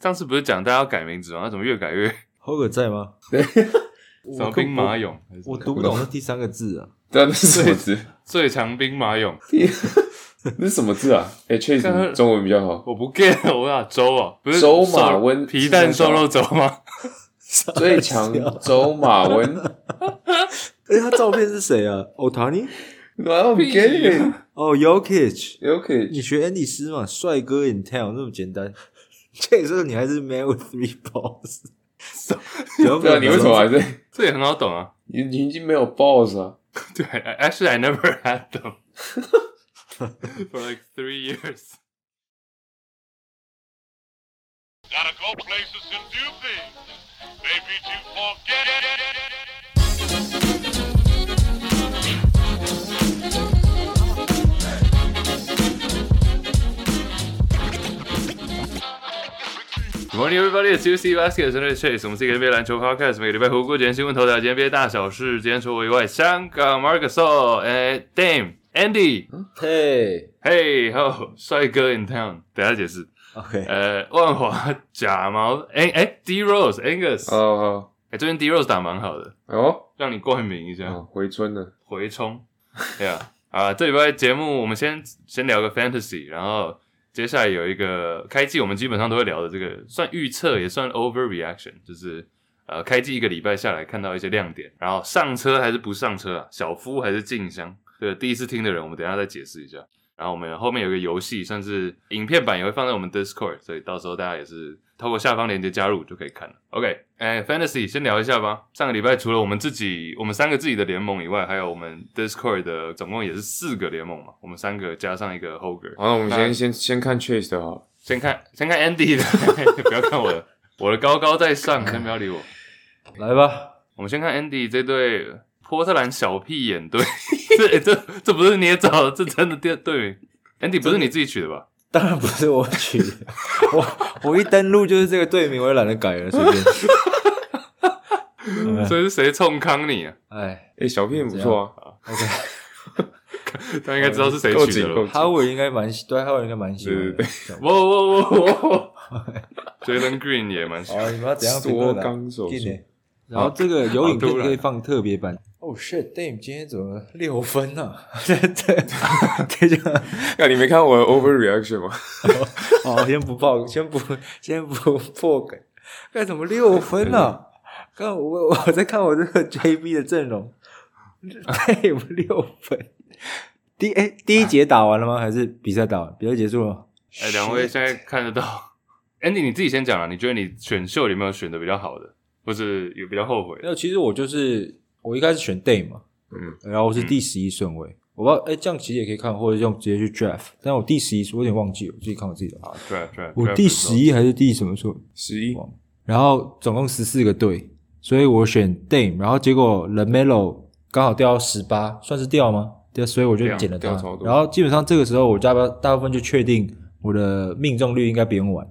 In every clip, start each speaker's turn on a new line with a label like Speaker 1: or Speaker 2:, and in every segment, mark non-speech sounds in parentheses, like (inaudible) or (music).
Speaker 1: 上次不是讲大家要改名字吗？那怎么越改越
Speaker 2: 猴哥在吗？
Speaker 1: (laughs) 什么兵马俑？还是什么
Speaker 2: 我读不懂那第三个字啊，
Speaker 3: 对啊，那是什么字？
Speaker 1: 最强兵马俑，
Speaker 3: 那是什么字啊？哎，确
Speaker 1: 看
Speaker 3: 实
Speaker 1: 它
Speaker 3: 中文比较好。
Speaker 1: 我不 get，我哪周啊？不是
Speaker 3: 周马
Speaker 1: 瘦
Speaker 3: 温
Speaker 1: 皮蛋瘦肉粥吗？
Speaker 3: 最强走马文，
Speaker 2: 哎，他照片是谁 (laughs) 啊？哦，塔尼，(laughs)
Speaker 3: 然后
Speaker 1: 屁
Speaker 3: get it
Speaker 2: 哦，Yokich，
Speaker 3: OK，
Speaker 2: 你学 Andy 斯嘛，帅哥 in town 那么简单。 (laughs) 这时候你还是 man with three (laughs) balls，
Speaker 3: 对啊，你为什么还在？
Speaker 1: 这也很好懂啊。
Speaker 3: 你你已经没有 boss 啊？
Speaker 1: 对，I-，actually I never had
Speaker 3: (laughs)
Speaker 1: them for like three years。 (laughs)
Speaker 4: Gotta go places and do things. Maybe to forget.
Speaker 1: Good morning, everybody. It's UC Basket 针对 Chase，我们是一个 NBA 篮球 podcast，每个礼拜回顾简新闻头条、今天 NBA 大小事。今天除我以外，香港 Marcus、哎 Dame、Andy，
Speaker 2: 嘿
Speaker 1: 嘿，还有帅哥 in town，等一下解释。
Speaker 2: ，OK，
Speaker 1: 呃，万华、假毛，哎、哎、d Rose、Angus，哎、
Speaker 3: 哦
Speaker 1: 最近 D Rose 打蛮好的，
Speaker 3: 哦
Speaker 1: 让你冠名一下，
Speaker 3: 哦，回村了。
Speaker 1: 回冲，对啊，啊，这礼拜节目我们先先聊个 Fantasy，然后接下来有一个开季，我们基本上都会聊的这个，算预测也算 Overreaction，就是呃，开季一个礼拜下来看到一些亮点，然后上车还是不上车啊，小夫还是静香，对，第一次听的人，我们等一下再解释一下。然后我们后面有一个游戏，甚至影片版也会放在我们 Discord，所以到时候大家也是透过下方链接加入就可以看了。OK，哎，Fantasy 先聊一下吧。上个礼拜除了我们自己，我们三个自己的联盟以外，还有我们 Discord 的总共也是四个联盟嘛，我们三个加上一个 Hoger。
Speaker 3: 好，那我们
Speaker 1: 那
Speaker 3: 先先先看 Chase 的啊好了。
Speaker 1: 先看 (laughs) 先看 Andy 的， (laughs) 不要看我的，我的高高在上，先不要理我。
Speaker 2: 来吧，
Speaker 1: 我们先看 Andy 这对波特兰小屁眼队， (laughs) 这、哎这这不是捏造的，这真的队队名。Andy 不是你自己取的吧？
Speaker 2: 当然不是我取的， (laughs) 我我一登录就是这个队名，我也懒得改了，随 (laughs) 便。
Speaker 1: 所以是谁冲康你啊？
Speaker 2: 哎
Speaker 3: 哎，小 P 很不错啊，
Speaker 2: ，OK，
Speaker 1: 他应该知道是谁取的
Speaker 3: 够紧够
Speaker 1: 了
Speaker 3: 紧。
Speaker 2: 哈维应该蛮喜，对哈维应该蛮喜欢的。
Speaker 1: 哇哇哇哇！Jalen Green 也蛮喜欢。
Speaker 2: (laughs) 哦，你们要怎样评
Speaker 3: 缩
Speaker 2: 论的啊？
Speaker 3: 肛手
Speaker 2: 进
Speaker 3: 术
Speaker 2: 欸。 (laughs) 然后这个有影片
Speaker 1: 好突然
Speaker 2: 可以放特别 (laughs) 版。哦、shit，Dame 今天怎么六分 (laughs) 呢、啊？这这 (laughs) 这就
Speaker 3: 那哎你没看我的 overreaction 吗？
Speaker 2: 好，哦先不报，先不先不破梗，看怎么六分呢、啊？看我我在看我这个 JB 的阵容，Dame 六分。第哎第一节打完了吗？还是比赛打完？比赛结束了吗？
Speaker 1: 哎，两位现在看得到，Andy 你自己先讲啊，你觉得你选秀里面有选的比较好的，或是有比较后悔
Speaker 2: 没
Speaker 1: 的？
Speaker 2: 有，其实我就是我一开始选 day 嘛，
Speaker 3: 嗯，
Speaker 2: 然后我是第十一顺位，我不知道，哎，这样其实也可以看，或者用直接去 draft，但我第十一，我有点忘记了，我自己看我自己的，
Speaker 1: 好，对啊对啊，
Speaker 2: 我第十一还是第什么顺位？
Speaker 3: 十一
Speaker 2: 哇然后总共十四个队，所以我选 Dame，然后结果 Lamelo 刚好掉到十八，算是掉吗？对，所以我就
Speaker 1: 掉
Speaker 2: 捡了他
Speaker 3: 掉超。多
Speaker 2: 然后基本上这个时候我大大部分就确定我的命中率应该不用玩，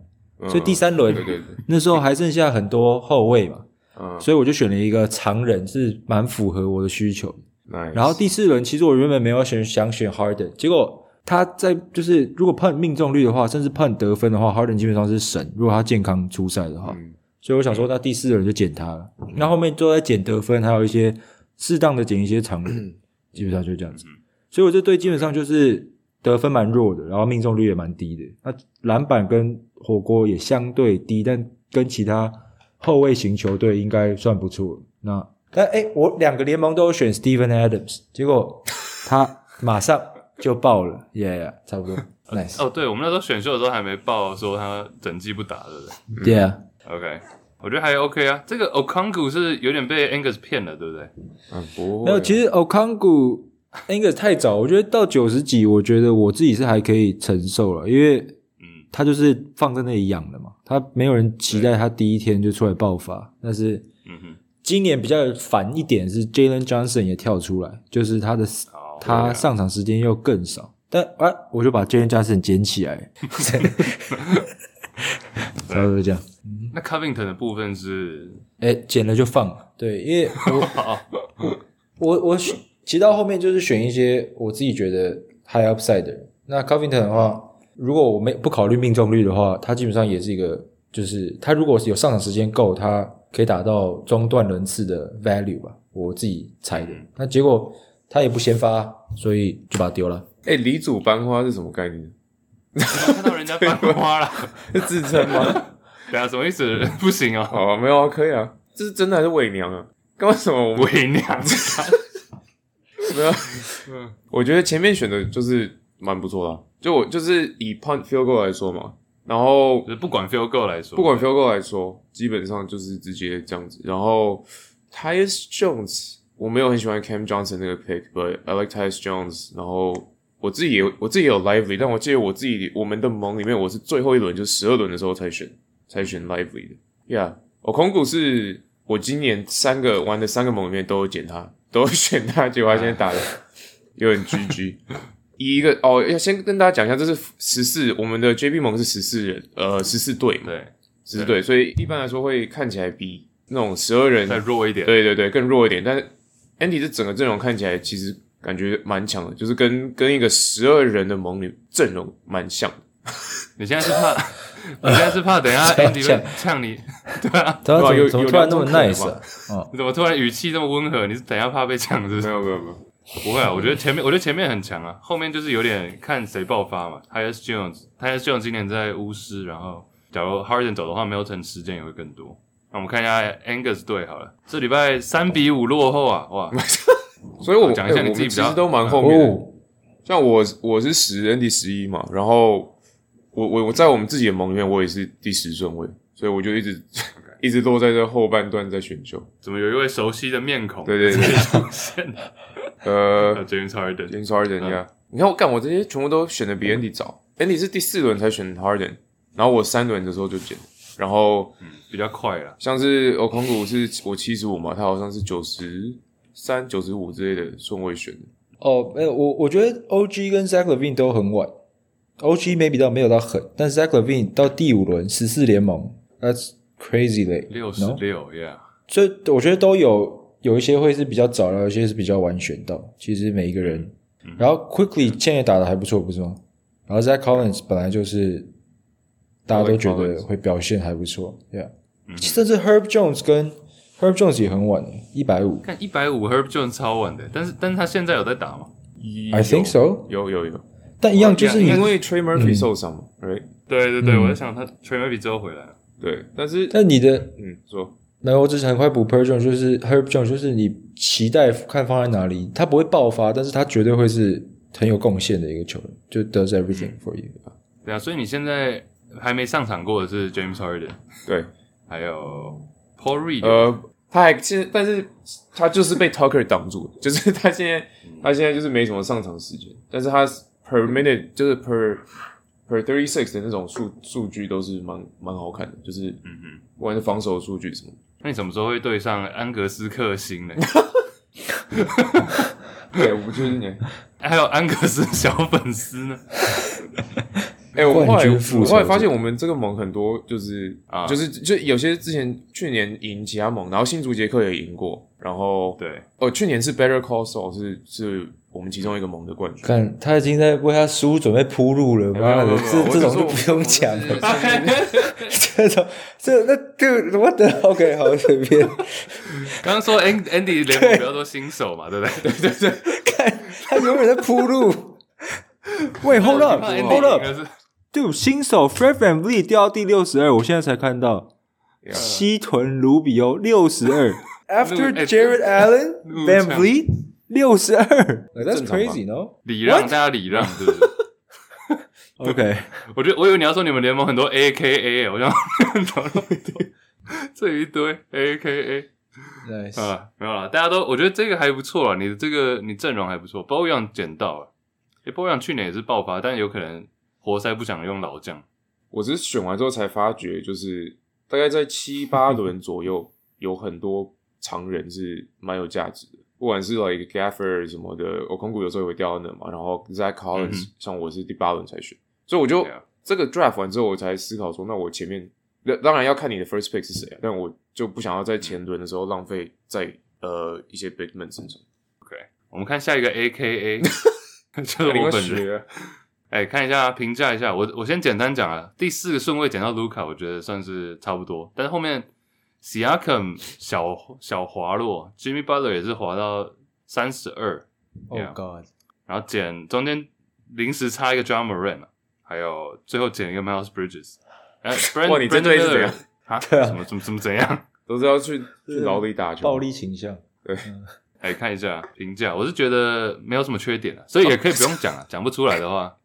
Speaker 2: 所以第三轮
Speaker 3: 嗯对对对，
Speaker 2: 那时候还剩下很多后卫嘛，
Speaker 3: 嗯，
Speaker 2: 所以我就选了一个常人，是蛮符合我的需求的。
Speaker 3: nice
Speaker 2: 然后第四轮，其实我原本没有选想选 Harden，结果他在就是如果判命中率的话，甚至判得分的话，Harden 基本上是神。如果他健康出赛的话，
Speaker 3: 嗯
Speaker 2: 所以我想说，那第四轮就捡他了。那后面都在捡得分，还有一些适当的捡一些常人，基本上就这样子。所以我这队基本上就是得分蛮弱的，然后命中率也蛮低的。那篮板跟火锅也相对低，但跟其他后卫型球队应该算不错了。那但哎、我两个联盟都有选 Steven Adams，结果他马上就爆了，耶、yeah, 差 (laughs) 不多，nice，
Speaker 1: 哦，对，我们那时候选秀的时候还没报说他整季不打，对不对
Speaker 2: 对啊，
Speaker 1: ？OK，我觉得还 OK 啊。这个 Okongu 是有点被 Angus 骗了，对不对？
Speaker 3: 嗯不会啊，
Speaker 2: 没有，其实 o k a n g u 那个太早，我觉得到九十几，我觉得我自己是还可以承受了，因为
Speaker 1: 嗯，
Speaker 2: 他就是放在那里养的嘛，他没有人期待他第一天就出来爆发。但是
Speaker 1: 嗯哼，
Speaker 2: 今年比较烦一点是 Jalen Johnson 也跳出来，就是他的
Speaker 1: 好，啊
Speaker 2: 他上场时间又更少，但啊，我就把 Jalen Johnson 捡起
Speaker 3: (laughs)
Speaker 2: 来，差不多这样。
Speaker 1: 那 Covington 的部分是
Speaker 2: 哎，剪了就放了。对，因为我 (laughs) 我我选其实到后面就是选一些我自己觉得 high upside 的人。那 Covington 的话，如果我没不考虑命中率的话，他基本上也是一个就是他如果是有上场时间够，他可以打到中段轮次的 value 吧，我自己猜的。
Speaker 3: 嗯
Speaker 2: 那结果他也不先发，所以就把他丢了。
Speaker 3: 哎、李祖班花是什么
Speaker 2: (laughs)
Speaker 3: 概念？
Speaker 1: 看到人家翻花了，
Speaker 3: 是自称吗？
Speaker 1: 对啊，什么意思？ (laughs) 不行哦，
Speaker 3: 哦，没有啊，可以啊，这是真的还是伪娘啊？干嘛
Speaker 1: (laughs)
Speaker 3: 什么伪？
Speaker 1: 伪娘，
Speaker 3: (laughs) 没有，我觉得前面选的就是蛮不错的啊、就我就是以 punt field goal 来说嘛，然后
Speaker 1: 就是不管 feel go 来说，
Speaker 3: 不管 field goal 来说，基本上就是直接这样子。然后 Tyus Jones，我没有很喜欢 Cam Johnson 那个 pick，but I like Tyus Jones。然后我自己也我自己也有 Lively，但我记得我自己我们的盟里面，我是最后一轮就是十二轮的时候才选才选 Lively 的。Yeah，我孔谷是我今年三个玩的三个盟里面都有捡他，都有选他，结果他现在打的有点 GG。以一个哦，要先跟大家讲一下，这是十四，我们的 JP 盟是十四人，呃，十四队嘛，
Speaker 1: 对，
Speaker 3: 十四队，所以一般来说会看起来比那种十二人
Speaker 1: 再弱一点，
Speaker 3: 对对对，更弱一点。但是 Andy 这整个阵容看起来其实感觉蛮强的，就是跟跟一个十二人的盟里阵容蛮像的。
Speaker 1: 你现在是怕，你现在是怕等一
Speaker 3: (laughs)
Speaker 1: 下
Speaker 2: 呛
Speaker 1: Andy 会呛你，对啊，
Speaker 2: 他
Speaker 3: 对
Speaker 2: 怎
Speaker 3: 啊有
Speaker 2: 么怎么
Speaker 3: 有
Speaker 2: 突然那么
Speaker 3: 两种可能
Speaker 2: nice 啊？
Speaker 1: 你怎么突然语气这么温和？你是等一下怕被呛是不是？
Speaker 3: 有没有没有，
Speaker 1: 不会啊，我觉得前面我觉得前面很强啊，后面就是有点看谁爆发嘛。Tyus Jones，Tyus Jones 今年在巫师，然后假如 Harden 走的话，Milton 时间也会更多。那我们看一下 Angus 队好了，这礼拜三比五落后啊， (laughs) 哇，
Speaker 3: 所以我
Speaker 1: 讲一下
Speaker 3: 哎
Speaker 1: 你
Speaker 3: 我
Speaker 1: 自己比
Speaker 3: 们其
Speaker 1: 较嗯
Speaker 3: 实都蛮后面的。
Speaker 2: 哦，
Speaker 3: 像我我是十，Andy 十一嘛，然后我我我在我们自己的盟里面，我也是第十顺位，所以我就一直 (laughs) 一直落在这后半段在选秀。
Speaker 1: 怎么有一位熟悉的面孔？
Speaker 3: 对对对
Speaker 1: (laughs) 出现了
Speaker 3: 呃，
Speaker 1: ，James Harden，
Speaker 3: James Harden 呀、你看我干，我这些全部都选的比 Andy 早。Andy 是第四轮才选 Harden，然后我三轮的时候就捡，然后
Speaker 1: 比较快啊啦。
Speaker 3: 像是我孔谷是我七十五嘛，他好像是九十三、九十五之类的顺位选的。
Speaker 2: 哦，没有，我我觉得 OG 跟 Zach Levine 都很晚，OG maybe 到没有到很，但 Zach Levine 到第五轮十四联盟，That's crazy 嘞，
Speaker 1: 六十
Speaker 2: no？
Speaker 1: 六，Yeah，
Speaker 2: 所以我觉得都有有一些会是比较早，然后有一些是比较晚选到。其实每一个人，
Speaker 3: 嗯
Speaker 2: 然后 Quickly 现在打的还不错，不是吗？然后 Zach Collins 本来就是大家都觉
Speaker 3: Zach
Speaker 2: 得
Speaker 3: Collins 嗯
Speaker 2: 会表现还不错，Yeah，、甚至 Herb Jones 跟 Herb Jones 也很晚，一百五
Speaker 1: 看一百五 Herb Jones 超晚的，但是但是他现在有在打吗？
Speaker 2: ，I think so。
Speaker 3: 有有有，
Speaker 2: 但一样就是你
Speaker 3: 哦啊
Speaker 2: 嗯
Speaker 3: 因为 Trey Murphy 受伤嘛、r i g h t
Speaker 1: 对对对，我在想他 t r e m e r 之后回来了，
Speaker 3: 对，但是
Speaker 2: 但你的
Speaker 3: 嗯，说
Speaker 2: 没有，我只是很快补 Per Jones，就是 Herb Jones，就是你期待看放在哪里，他不会爆发，但是他绝对会是很有贡献的一个球员，就 does everything for you。
Speaker 1: 对啊，所以你现在还没上场过的是 James Harden。
Speaker 3: 对，
Speaker 1: 还有 Paul Reed，、
Speaker 3: 呃，他还现在，但是他就是被 Tucker 挡住了， (laughs) 就是他现在他现在就是没什么上场时间，但是他 per minute 就是 per per thirty six 的那种数数据都是蛮蛮好看的，就是嗯嗯，不管是防守数据什么，
Speaker 1: 那你什么时候会对上安格斯克星呢？ (laughs)
Speaker 3: 对，我就是你，
Speaker 1: 还有安格斯小粉丝呢？
Speaker 3: 哎、我后
Speaker 2: 冠
Speaker 3: 来
Speaker 2: 军复仇
Speaker 3: 我
Speaker 2: 者
Speaker 3: 后来发现我们这个盟很多就是
Speaker 1: 啊
Speaker 3: 就是就有些之前去年赢其他盟，然后新竹杰克也赢过，然后
Speaker 1: 对，
Speaker 3: 哦，去年是 Better Call Saul 是是我们其中一个盟的冠军。
Speaker 2: 看他已经在为他输准备铺路了，妈的，这这种就不用讲了，这种这那这我的 OK 好随便，
Speaker 1: 刚刚说 An- Andy 联盟不要说新手嘛，对不对？对对对，
Speaker 2: 看他永远在铺路。喂，Hold
Speaker 1: 我怕 Andy 应该是
Speaker 2: 就新手 Fred Van v l e 掉到第六十二，我现在才看到。西屯卢比欧六十二，After
Speaker 1: 路 (laughs) 哎
Speaker 2: Jared Allen
Speaker 1: 路
Speaker 2: Van
Speaker 1: 强
Speaker 2: v l e 六十二，That's
Speaker 3: 正常吧
Speaker 2: crazy no？
Speaker 1: 礼让，大家礼让，是不是？
Speaker 2: OK，
Speaker 1: 我觉得我以为你要说你们联盟很多 A K A，我想 (laughs) 找到一堆，这一堆 A K A
Speaker 2: nice，
Speaker 1: 啊，没有啦，大家都我觉得这个还不错啦，你的这个你阵容还不错包 o y 捡到了，哎 b o y 去年也是爆发，但有可能活塞不想用老将。
Speaker 3: 我只是选完之后才发觉，就是大概在七八轮左右，有很多常人是蛮有价值的，不管是 like Gaffer 什么的，我空谷有时候也会掉到那嘛，然后
Speaker 1: 嗯
Speaker 3: Zach Collins，、
Speaker 1: 哼
Speaker 3: 像我是第八轮才选，所以我就
Speaker 1: Yeah
Speaker 3: 这个 draft 完之后，我才思考说，那我前面那当然要看你的 first pick 是谁啊，但我就不想要在前轮的时候浪费在呃一些 big man 身上。
Speaker 1: 我们看下一个 A K A，就是
Speaker 3: 你
Speaker 1: 我
Speaker 3: 们
Speaker 1: 本人。
Speaker 3: 学
Speaker 1: 哎，看一下，评价一下。我我先简单讲啊，第四个顺位捡到卢卡，我觉得算是差不多。但是后面 Siakam 小小滑落，Jimmy Butler 也是滑到三十二，Yeah.
Speaker 2: Oh
Speaker 5: God，
Speaker 1: 然后捡中间临时插一个 John Moran，还啊有最后捡一个 Miles Bridges。哎
Speaker 3: (laughs)
Speaker 1: ，Brand,
Speaker 3: 哇你针对是怎 (laughs) 样
Speaker 1: 啊？
Speaker 5: 对啊
Speaker 1: 怎么怎么怎么怎样？
Speaker 3: 都是要去去牢里打球，
Speaker 5: 暴力倾向。
Speaker 1: 哎，看一下评价，我是觉得没有什么缺点啊，所以也可以不用讲啊，讲不出来的话，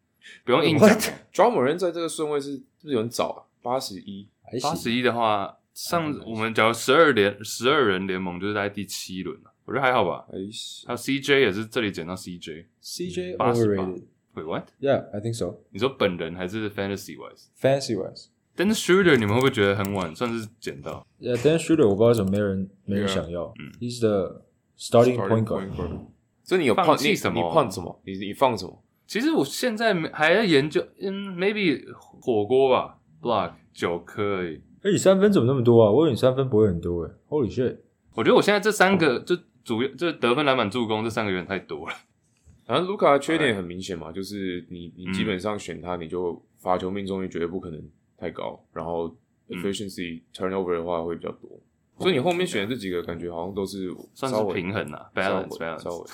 Speaker 1: 不用硬讲。
Speaker 3: 抓某人在这个顺位是是不是有点早啊？八十一，
Speaker 5: 还
Speaker 1: 八
Speaker 5: 行
Speaker 1: 十一的话，上我们假如十二联十二人联盟就是在第七轮了，我觉得还好吧。
Speaker 3: 哎，
Speaker 1: 还有 CJ 也是这里捡到 CJ，
Speaker 5: ，CJ
Speaker 1: 八十八
Speaker 5: overrated。
Speaker 1: Wait what？
Speaker 5: Yeah，I think so。
Speaker 1: 你说本人还是 fantasy wise？
Speaker 5: Fancy wise。
Speaker 1: 但是 Shooter 你们会不会觉得很晚算是捡到？
Speaker 2: Yeah，Dan Shooter 我不知道为什么没人没人
Speaker 3: Yeah，
Speaker 2: 想要
Speaker 1: 嗯
Speaker 2: ，He's the starting
Speaker 3: Starting
Speaker 2: point guard。
Speaker 3: guard 所以你有
Speaker 1: 放
Speaker 3: 胖
Speaker 1: 弃
Speaker 3: 你
Speaker 1: 什么
Speaker 3: 你胖什么？你你放什么？
Speaker 1: 其实我现在没还在研究，嗯，maybe 火锅吧，block 九颗而已。
Speaker 2: 哎，你三分怎么那么多啊？我以为你三分不会很多哎
Speaker 1: (laughs)
Speaker 2: ，Holy shit！
Speaker 1: 我觉得我现在这三个就主要就是得分、篮板、助攻这三个有点太多了。 (laughs)
Speaker 3: 然后卢卡的缺
Speaker 1: 哎
Speaker 3: 点很明显嘛，就是你
Speaker 2: 嗯
Speaker 3: 你基本上选他，你就罚球命中率绝对不可能太高，然后
Speaker 2: 嗯
Speaker 3: efficiency turnover 的话会比较多。
Speaker 2: 哦
Speaker 3: 所以你后面选的这几个感觉好像都是
Speaker 1: 算是
Speaker 3: 稍微
Speaker 1: 平衡啦
Speaker 3: 稍微
Speaker 1: balance，balance
Speaker 2: (laughs)
Speaker 3: 稍微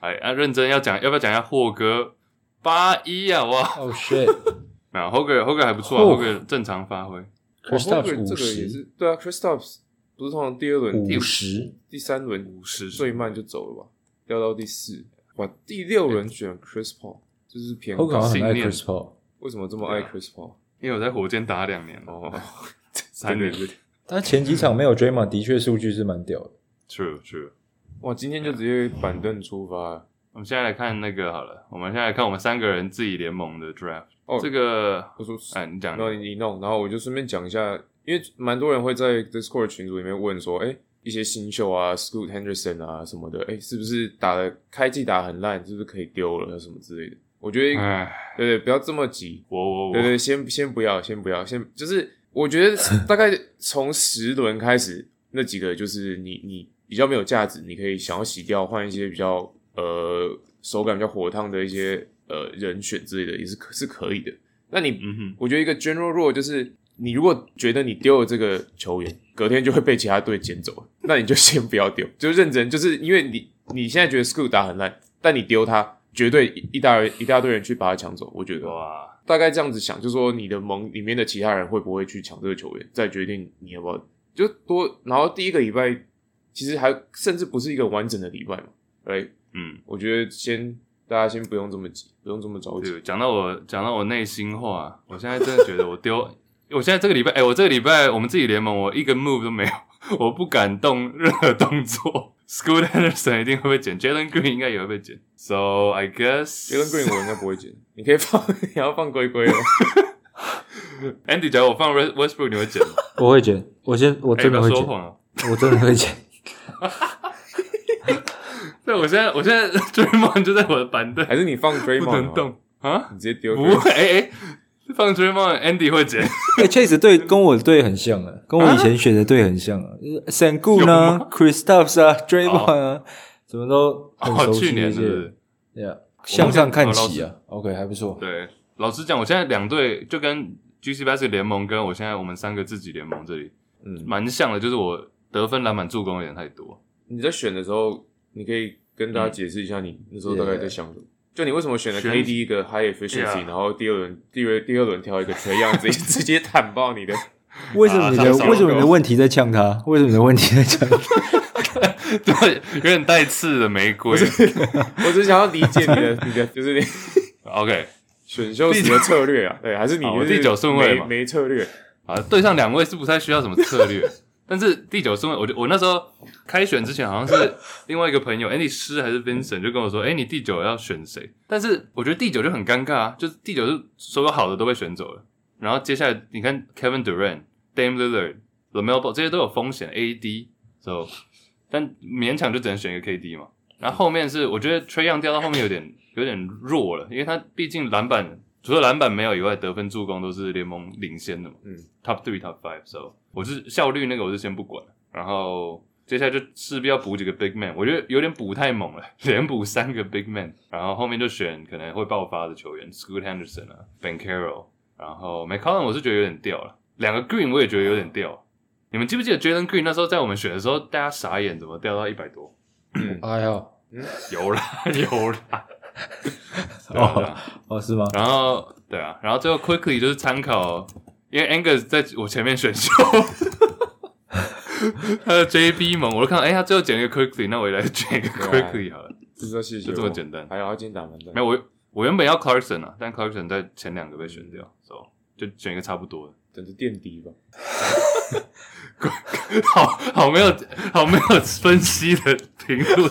Speaker 1: 哎，啊，认真要讲，要不要讲一下霍哥八一啊？哇，
Speaker 2: Oh shit！
Speaker 1: 没有，霍哥霍哥还不错啊，
Speaker 2: 霍
Speaker 3: 哦
Speaker 1: 霍哥正常发挥。
Speaker 2: c h r i s t o
Speaker 3: 哇
Speaker 2: p
Speaker 3: 这
Speaker 2: s
Speaker 3: 个
Speaker 2: 五
Speaker 3: 这个也
Speaker 2: 十，
Speaker 3: 是对啊 c h r i s t o p s 不是通常第二轮、第
Speaker 2: 五十，
Speaker 3: 第三轮
Speaker 1: 50
Speaker 3: 最慢就走了吧，掉到第四。哇，第六轮选 Chris Paul，就是偏
Speaker 2: 我
Speaker 3: 高
Speaker 2: 好像很爱
Speaker 1: 信念
Speaker 2: Chris Paul，
Speaker 3: 为什么这么爱 Chris Paul？
Speaker 1: 因为我在火箭打两年了，
Speaker 3: 哦， (laughs)
Speaker 1: 三年
Speaker 2: 他前几场没有 Draymond，的确数据是蛮屌的。
Speaker 1: ，true true。
Speaker 3: 哇，今天就直接板凳出发。
Speaker 1: 我们现在来看那个好了，我们现在来看我们三个人自己联盟的 draft。
Speaker 3: 哦
Speaker 1: 这个，
Speaker 3: 我说，
Speaker 1: 哎，你讲
Speaker 3: 然，后你弄，然后我就顺便讲一下，因为蛮多人会在 Discord 群组里面问说，哎、一些新秀啊，Scoot Henderson 啊什么的，哎、是不是打的开季打得很烂，是不是可以丢了什么之类的？我觉得，
Speaker 1: 哎，
Speaker 3: 对对，不要这么急，
Speaker 1: 我我我
Speaker 3: 对，对，先先不要，先不要，先就是我觉得大概从十轮开始，那几个就是你你比较没有价值，你可以想要洗掉，换一些比较呃手感比较火烫的一些呃人选之类的，也是可是可以的。那你
Speaker 1: 嗯哼。
Speaker 3: 我觉得一个 general rule 就是，你如果觉得你丢了这个球员，隔天就会被其他队捡走，那你就先不要丢，就认真，就是因为你你现在觉得 Scoot 打很烂，但你丢他，绝对一大一大堆人去把他抢走。我觉得
Speaker 1: 哇，
Speaker 3: 大概这样子想，就说你的盟里面的其他人会不会去抢这个球员，再决定你要不要就多。然后第一个礼拜其实还甚至不是一个完整的礼拜嘛，对，
Speaker 1: 嗯，
Speaker 3: 我觉得先大家先不用这么急，不用这么着急。
Speaker 1: 对，讲到我讲到我内心
Speaker 3: (laughs)
Speaker 1: 话，我现在真的觉得我丢，我现在这个礼拜，哎、我这个礼拜我们自己联盟，我一个 move 都没有， (laughs) 我不敢动任何动作。School (laughs) Anderson 一定会被剪，Jalen Green 应该也会被剪。So I guess
Speaker 3: 杰伦 Green 我应该不会剪，你可以放， (laughs) 你要放龟龟哦。
Speaker 1: Andy，假如我放 Wes- Westbrook，你会剪吗？
Speaker 2: 我会剪，我先我
Speaker 1: 哎
Speaker 2: 真的会
Speaker 1: 不要说，
Speaker 2: 剪
Speaker 1: 谎哦。
Speaker 2: 我真的会剪。
Speaker 1: 对，我现在我现在 (laughs) Draymond 就在我的板凳，
Speaker 3: 还是
Speaker 1: (laughs)
Speaker 3: 你放 Draymond 哦
Speaker 1: 不能
Speaker 3: 好了，
Speaker 1: 动啊！
Speaker 3: 你直接丢
Speaker 1: 不
Speaker 3: Draymond。
Speaker 1: 会，哎、哎放 Draymond，Andy 会剪。
Speaker 2: (laughs) 哎，Chase 队跟我的队很像啊，跟我以前选的队很像啊。s a n g u
Speaker 1: 有
Speaker 2: 呢
Speaker 1: 吗
Speaker 2: ，Kristaps 啊，Draymond 啊，怎么都很
Speaker 1: 哦，
Speaker 2: 熟悉
Speaker 1: 去
Speaker 2: 一
Speaker 1: 年是不
Speaker 2: 些
Speaker 1: 是。
Speaker 2: Yeah，向上看齐啊。OK，还不错。
Speaker 1: 对，老实讲，我现在两队就跟 GC Basket 联盟跟我现在我们三个自己联盟这里
Speaker 3: 嗯，
Speaker 1: 蛮像的，就是我得分、篮板、助攻有点太多。 (laughs)
Speaker 3: 你在选的时候，你可以跟大家解释一下你那时候大概在想什么。就你为什么选
Speaker 1: 嗯
Speaker 3: 了
Speaker 1: 选
Speaker 3: KD 一个 high efficiency，
Speaker 1: Yeah
Speaker 3: 然后第二轮第二第二轮挑一个 t r 样子， (laughs) 直接坦爆你的。
Speaker 2: 为什么你的
Speaker 1: 啊上上
Speaker 2: 为什么你
Speaker 1: 上
Speaker 2: 的问题在呛他？为什么你的问题在
Speaker 1: (laughs)
Speaker 2: 呛他？
Speaker 1: 对，有点带刺的玫瑰。
Speaker 3: (laughs) 我只想要理解你的 (laughs) 你的
Speaker 1: (laughs)
Speaker 3: 就是你
Speaker 1: OK，
Speaker 3: 选秀时的策略啊，对，还是你
Speaker 1: 好我
Speaker 3: 就是
Speaker 1: 第九顺位
Speaker 3: 没
Speaker 1: 嘛
Speaker 3: 没策略。
Speaker 1: 好，对上两位是不太需要什么策略，但是第九顺位，我就我那时候开选之前好像是另外一个朋友，Andy 师还是 Vincent 就跟我说，哎、你第九要选谁？但是我觉得第九就很尴尬啊，就是第九是所有好的都被选走了，然后接下来你看 Kevin Durant、Dame Lillard、Lamelo Ball 这些都有风险，AD，so 但勉强就只能选一个 KD 嘛。然后后面是我觉得 Trey Young 掉到后面有点有点弱了，因为他毕竟篮板除了篮板没有以外，得分助攻都是联盟领先的嘛。
Speaker 3: 嗯
Speaker 1: ，Top three Top five，so 我是效率那个我是先不管，然后接下来就势必要补几个 big man，我觉得有点补太猛了， (laughs) 连补三个 big man，然后后面就选可能会爆发的球员，Scoot Henderson 啊，Ben Carroll，然后 McCollum 我是觉得有点掉了，两个 Green 我也觉得有点掉。你们记不记得 Jalen Green 那时候在我们选的时候，大家傻眼，怎么掉到一百多？
Speaker 2: 哎呦，
Speaker 1: 有啦，有啦。对啊对啊
Speaker 2: (laughs) 哦哦是吗？
Speaker 1: (laughs) 然后对啊，然后最后 quickly 就是参考，因为 Angus 在我前面选秀， (laughs) 他的 JB 盟，我就看到，哎、他最后捡了一个 quickly，那我也来捡一个
Speaker 3: 对啊
Speaker 1: quickly 好了。
Speaker 3: 这是谢谢
Speaker 1: 就
Speaker 3: 我，
Speaker 1: 这么简单
Speaker 3: 哦还有他今天打完蛋，
Speaker 1: 没有，我我原本要 Clarkson 啊，但 Clarkson 在前两个被选掉，so, 就选一个差不多的。
Speaker 3: 等着垫底吧。
Speaker 1: 好好没有好没有分析的评论，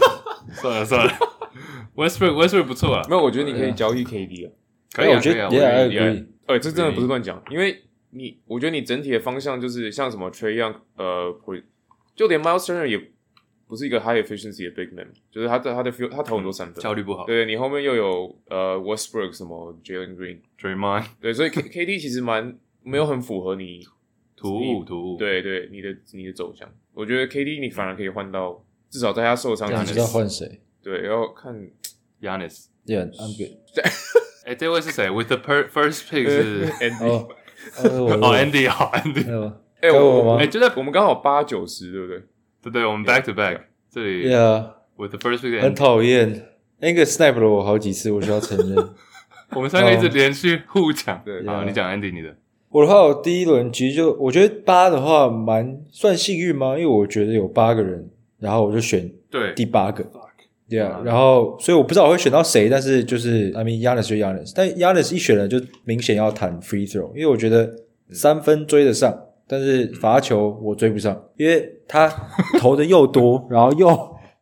Speaker 1: 算了算了。Westbrook Westbrook 不错啊，
Speaker 3: 没有，我觉得你可以交易 KD 啊。
Speaker 1: 可以啊
Speaker 2: 哎我觉
Speaker 1: 可以
Speaker 2: 得
Speaker 1: 啊，
Speaker 2: 也
Speaker 1: 我
Speaker 2: 还
Speaker 1: 愿意啊
Speaker 2: 可
Speaker 3: 愿
Speaker 2: 以。
Speaker 3: 哎、这真的不是乱讲，因为你，我觉得你整体的方向就是像什么 Trey Young，呃，普就连 Miles Turner 也不是一个 high efficiency 的 big man，就是他的他的 field 他投很多三分。
Speaker 1: 效率不好。
Speaker 3: 对，你后面又有呃 Westbrook 什么 Jalen Green，
Speaker 1: Draymond
Speaker 3: 对，所以 K K D 其实蛮没有很符合你，
Speaker 1: (laughs) 突兀突兀，
Speaker 3: 对对，你的你的走向。我觉得 K D 你反而可以换到，至少在他受伤
Speaker 2: 这样
Speaker 3: 之
Speaker 2: 啊知道
Speaker 3: 前，
Speaker 2: 换谁？
Speaker 3: 对，要看
Speaker 1: Yanis。
Speaker 2: 也很安别
Speaker 1: 哎，这位是谁？With the per- first pick 是
Speaker 3: Andy。
Speaker 1: (laughs)
Speaker 2: 哦，哦是我
Speaker 1: 哦 Andy 好 Andy，
Speaker 2: 对吧？该
Speaker 3: 哎、我
Speaker 2: 我吗
Speaker 1: 哎，就在
Speaker 3: 我们刚好八九十，对不对？
Speaker 1: 对对，我们 back to back 这里
Speaker 2: 对啊，
Speaker 1: with the first pick，
Speaker 2: 很
Speaker 1: Andy
Speaker 2: 讨厌。那个 snap 了我好几次，我需要承 (laughs) 认。
Speaker 1: 我们三个一直连续互抢。
Speaker 3: 对
Speaker 1: 好，
Speaker 2: 哦 Yeah
Speaker 1: 你讲 Andy 你的，
Speaker 2: 我的话，我第一轮其实就我觉得八的话蛮算幸运吗？因为我觉得有八个人，然后我就选
Speaker 1: 对
Speaker 2: 第八个。对啊
Speaker 1: 啊，
Speaker 2: 然后所以我不知道我会选到谁，但是就是 I mean Yanis 就 Yanis，但 Yanis 一选了就明显要谈 free throw，因为我觉得三分追得上，但是罚球我追不上，因为他投的又 (laughs) 多，然后又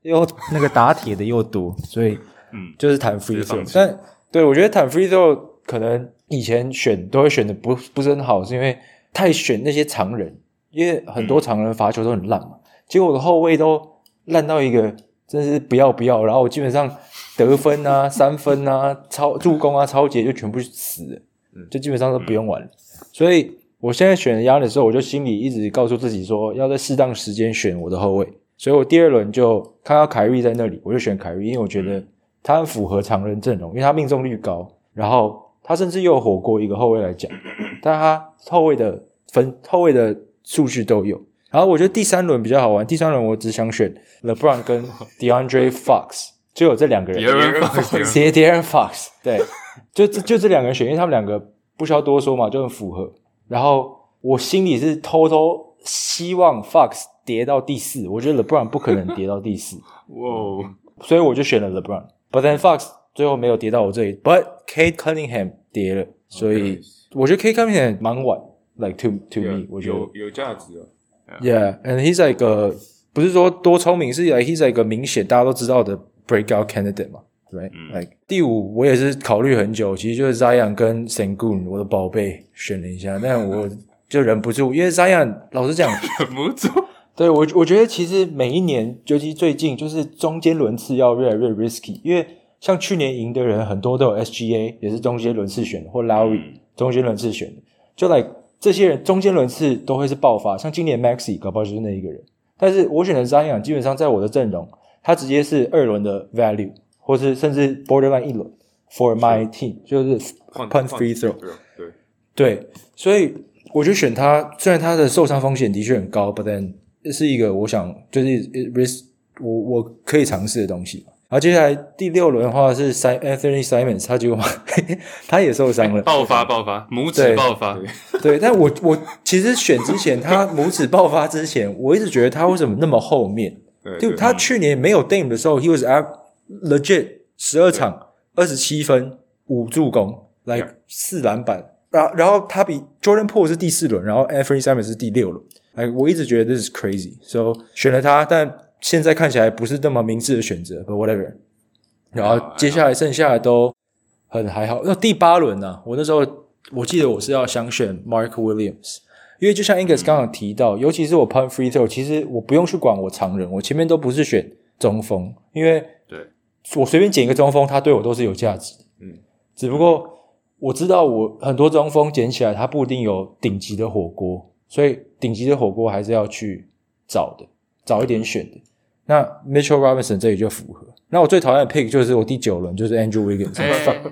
Speaker 2: 又那个打铁的又多，所以
Speaker 1: 嗯，
Speaker 2: 就是谈
Speaker 1: 直
Speaker 2: free
Speaker 1: 接放
Speaker 2: throw
Speaker 1: 弃。
Speaker 2: 但对我觉得谈 free throw 可能以前选都会选的不不是很好，是因为太选那些常人，因为很
Speaker 1: 嗯
Speaker 2: 多常人罚球都很烂嘛，结果我的后卫都烂到一个真是不要不要，然后我基本上得分啊、三分啊、超助攻啊、超节就全部死了
Speaker 3: 嗯，
Speaker 2: 就基本上都不用玩了。所以我现在选压的时候，我就心里一直告诉自己说，要在适当时间选我的后卫。所以我第二轮就看到凯瑞在那里，我就选凯瑞，因为我觉得他很符合常人阵容，因为他命中率高，然后他甚至又火锅一个后卫来讲，但他后卫的分后卫的数据都有。然后我觉得第三轮比较好玩，第三轮我只想选 LeBron 跟 DeAndre Fox，就有这两个人。
Speaker 1: 别人
Speaker 3: 人
Speaker 1: 放
Speaker 3: 放
Speaker 1: 别人
Speaker 2: c d a r Fox，对，就这就这两个人选，因为他们两个不需要多说嘛，就很符合。然后我心里是偷偷希望 Fox 跌到第四，我觉得 LeBron 不可能跌到第四，
Speaker 1: 哇哦， (laughs)
Speaker 2: 所以我就选了 LeBron。But then Fox 最后没有跌到我这里，But Kate Cunningham 跌了，所以
Speaker 3: Okay
Speaker 2: 我觉得 Kate Cunningham 蛮晚，like to to me，我觉得
Speaker 3: 有有价值啊。
Speaker 2: Yeah，and he's like a, 不是说多聪明，是 like he's like 个明显大家都知道的 breakout candidate 嘛，right？、
Speaker 1: 嗯
Speaker 2: like 第五，我也是考虑很久，其实就是 Zion 跟 Sengun 我的宝贝选了一下，但我就忍不住，因为 Zion 老实讲，
Speaker 1: 忍不住，
Speaker 2: 对我我觉得其实每一年，尤其最近，就是中间轮次要越来越 risky，因为像去年赢的人很多都有 SGA，也是中间轮次选的，或 Lowry、
Speaker 1: 嗯
Speaker 2: 中间轮次选的，就 like 这些人中间轮次都会是爆发，像今年 Maxi 搞不好就是那一个人，但是我选的 Zion 基本上在我的阵容，他直接是二轮的 value，或是甚至 borderline 一轮 for my team，就是 punt free throw，
Speaker 3: 对啊对，
Speaker 2: 对，所以我就选他。虽然他的受伤风险的确很高，but then 是一个我想就是 risk 我我可以尝试的东西。然后接下来第六轮的话是 Si- Anthony Simons，他结果 (laughs) 他也受伤了。
Speaker 1: 爆发爆发，拇指
Speaker 2: 对
Speaker 1: 爆发，
Speaker 2: 对，但我我其实选之前他拇指爆发之前，我一直觉得他为什么那么后面？
Speaker 3: 对
Speaker 2: 就
Speaker 3: 对
Speaker 2: 他去年没有 Dame 的时候，he was at legit 十二场二十七分五助攻，like
Speaker 3: Yeah
Speaker 2: 四篮板。然后然后他比 Jordan Poole 是第四轮，然后 Anthony Simons 是第六轮。哎，我一直觉得 this is crazy，so 选了他，但现在看起来不是那么明智的选择，but whatever。然
Speaker 1: 还好
Speaker 2: 后接下来剩下的都很还好。那第八轮呢、啊我那时候我记得我是要想选 Mark Williams，因为就像
Speaker 1: 嗯
Speaker 2: Angus 刚刚有提到，尤其是我 punt free throw，其实我不用去管我常人，我前面都不是选中锋，因为
Speaker 1: 对，
Speaker 2: 我随便捡一个中锋，他对我都是有价值的。
Speaker 3: 嗯，
Speaker 2: 只不过我知道我很多中锋捡起来，他不一定有顶级的火锅，所以顶级的火锅还是要去找的。早一点选的。那 Mitchell Robinson 这里就符合。那我最讨厌的 pick 就是我第九轮就是 Andrew Wiggins，
Speaker 1: 哎
Speaker 2: fuck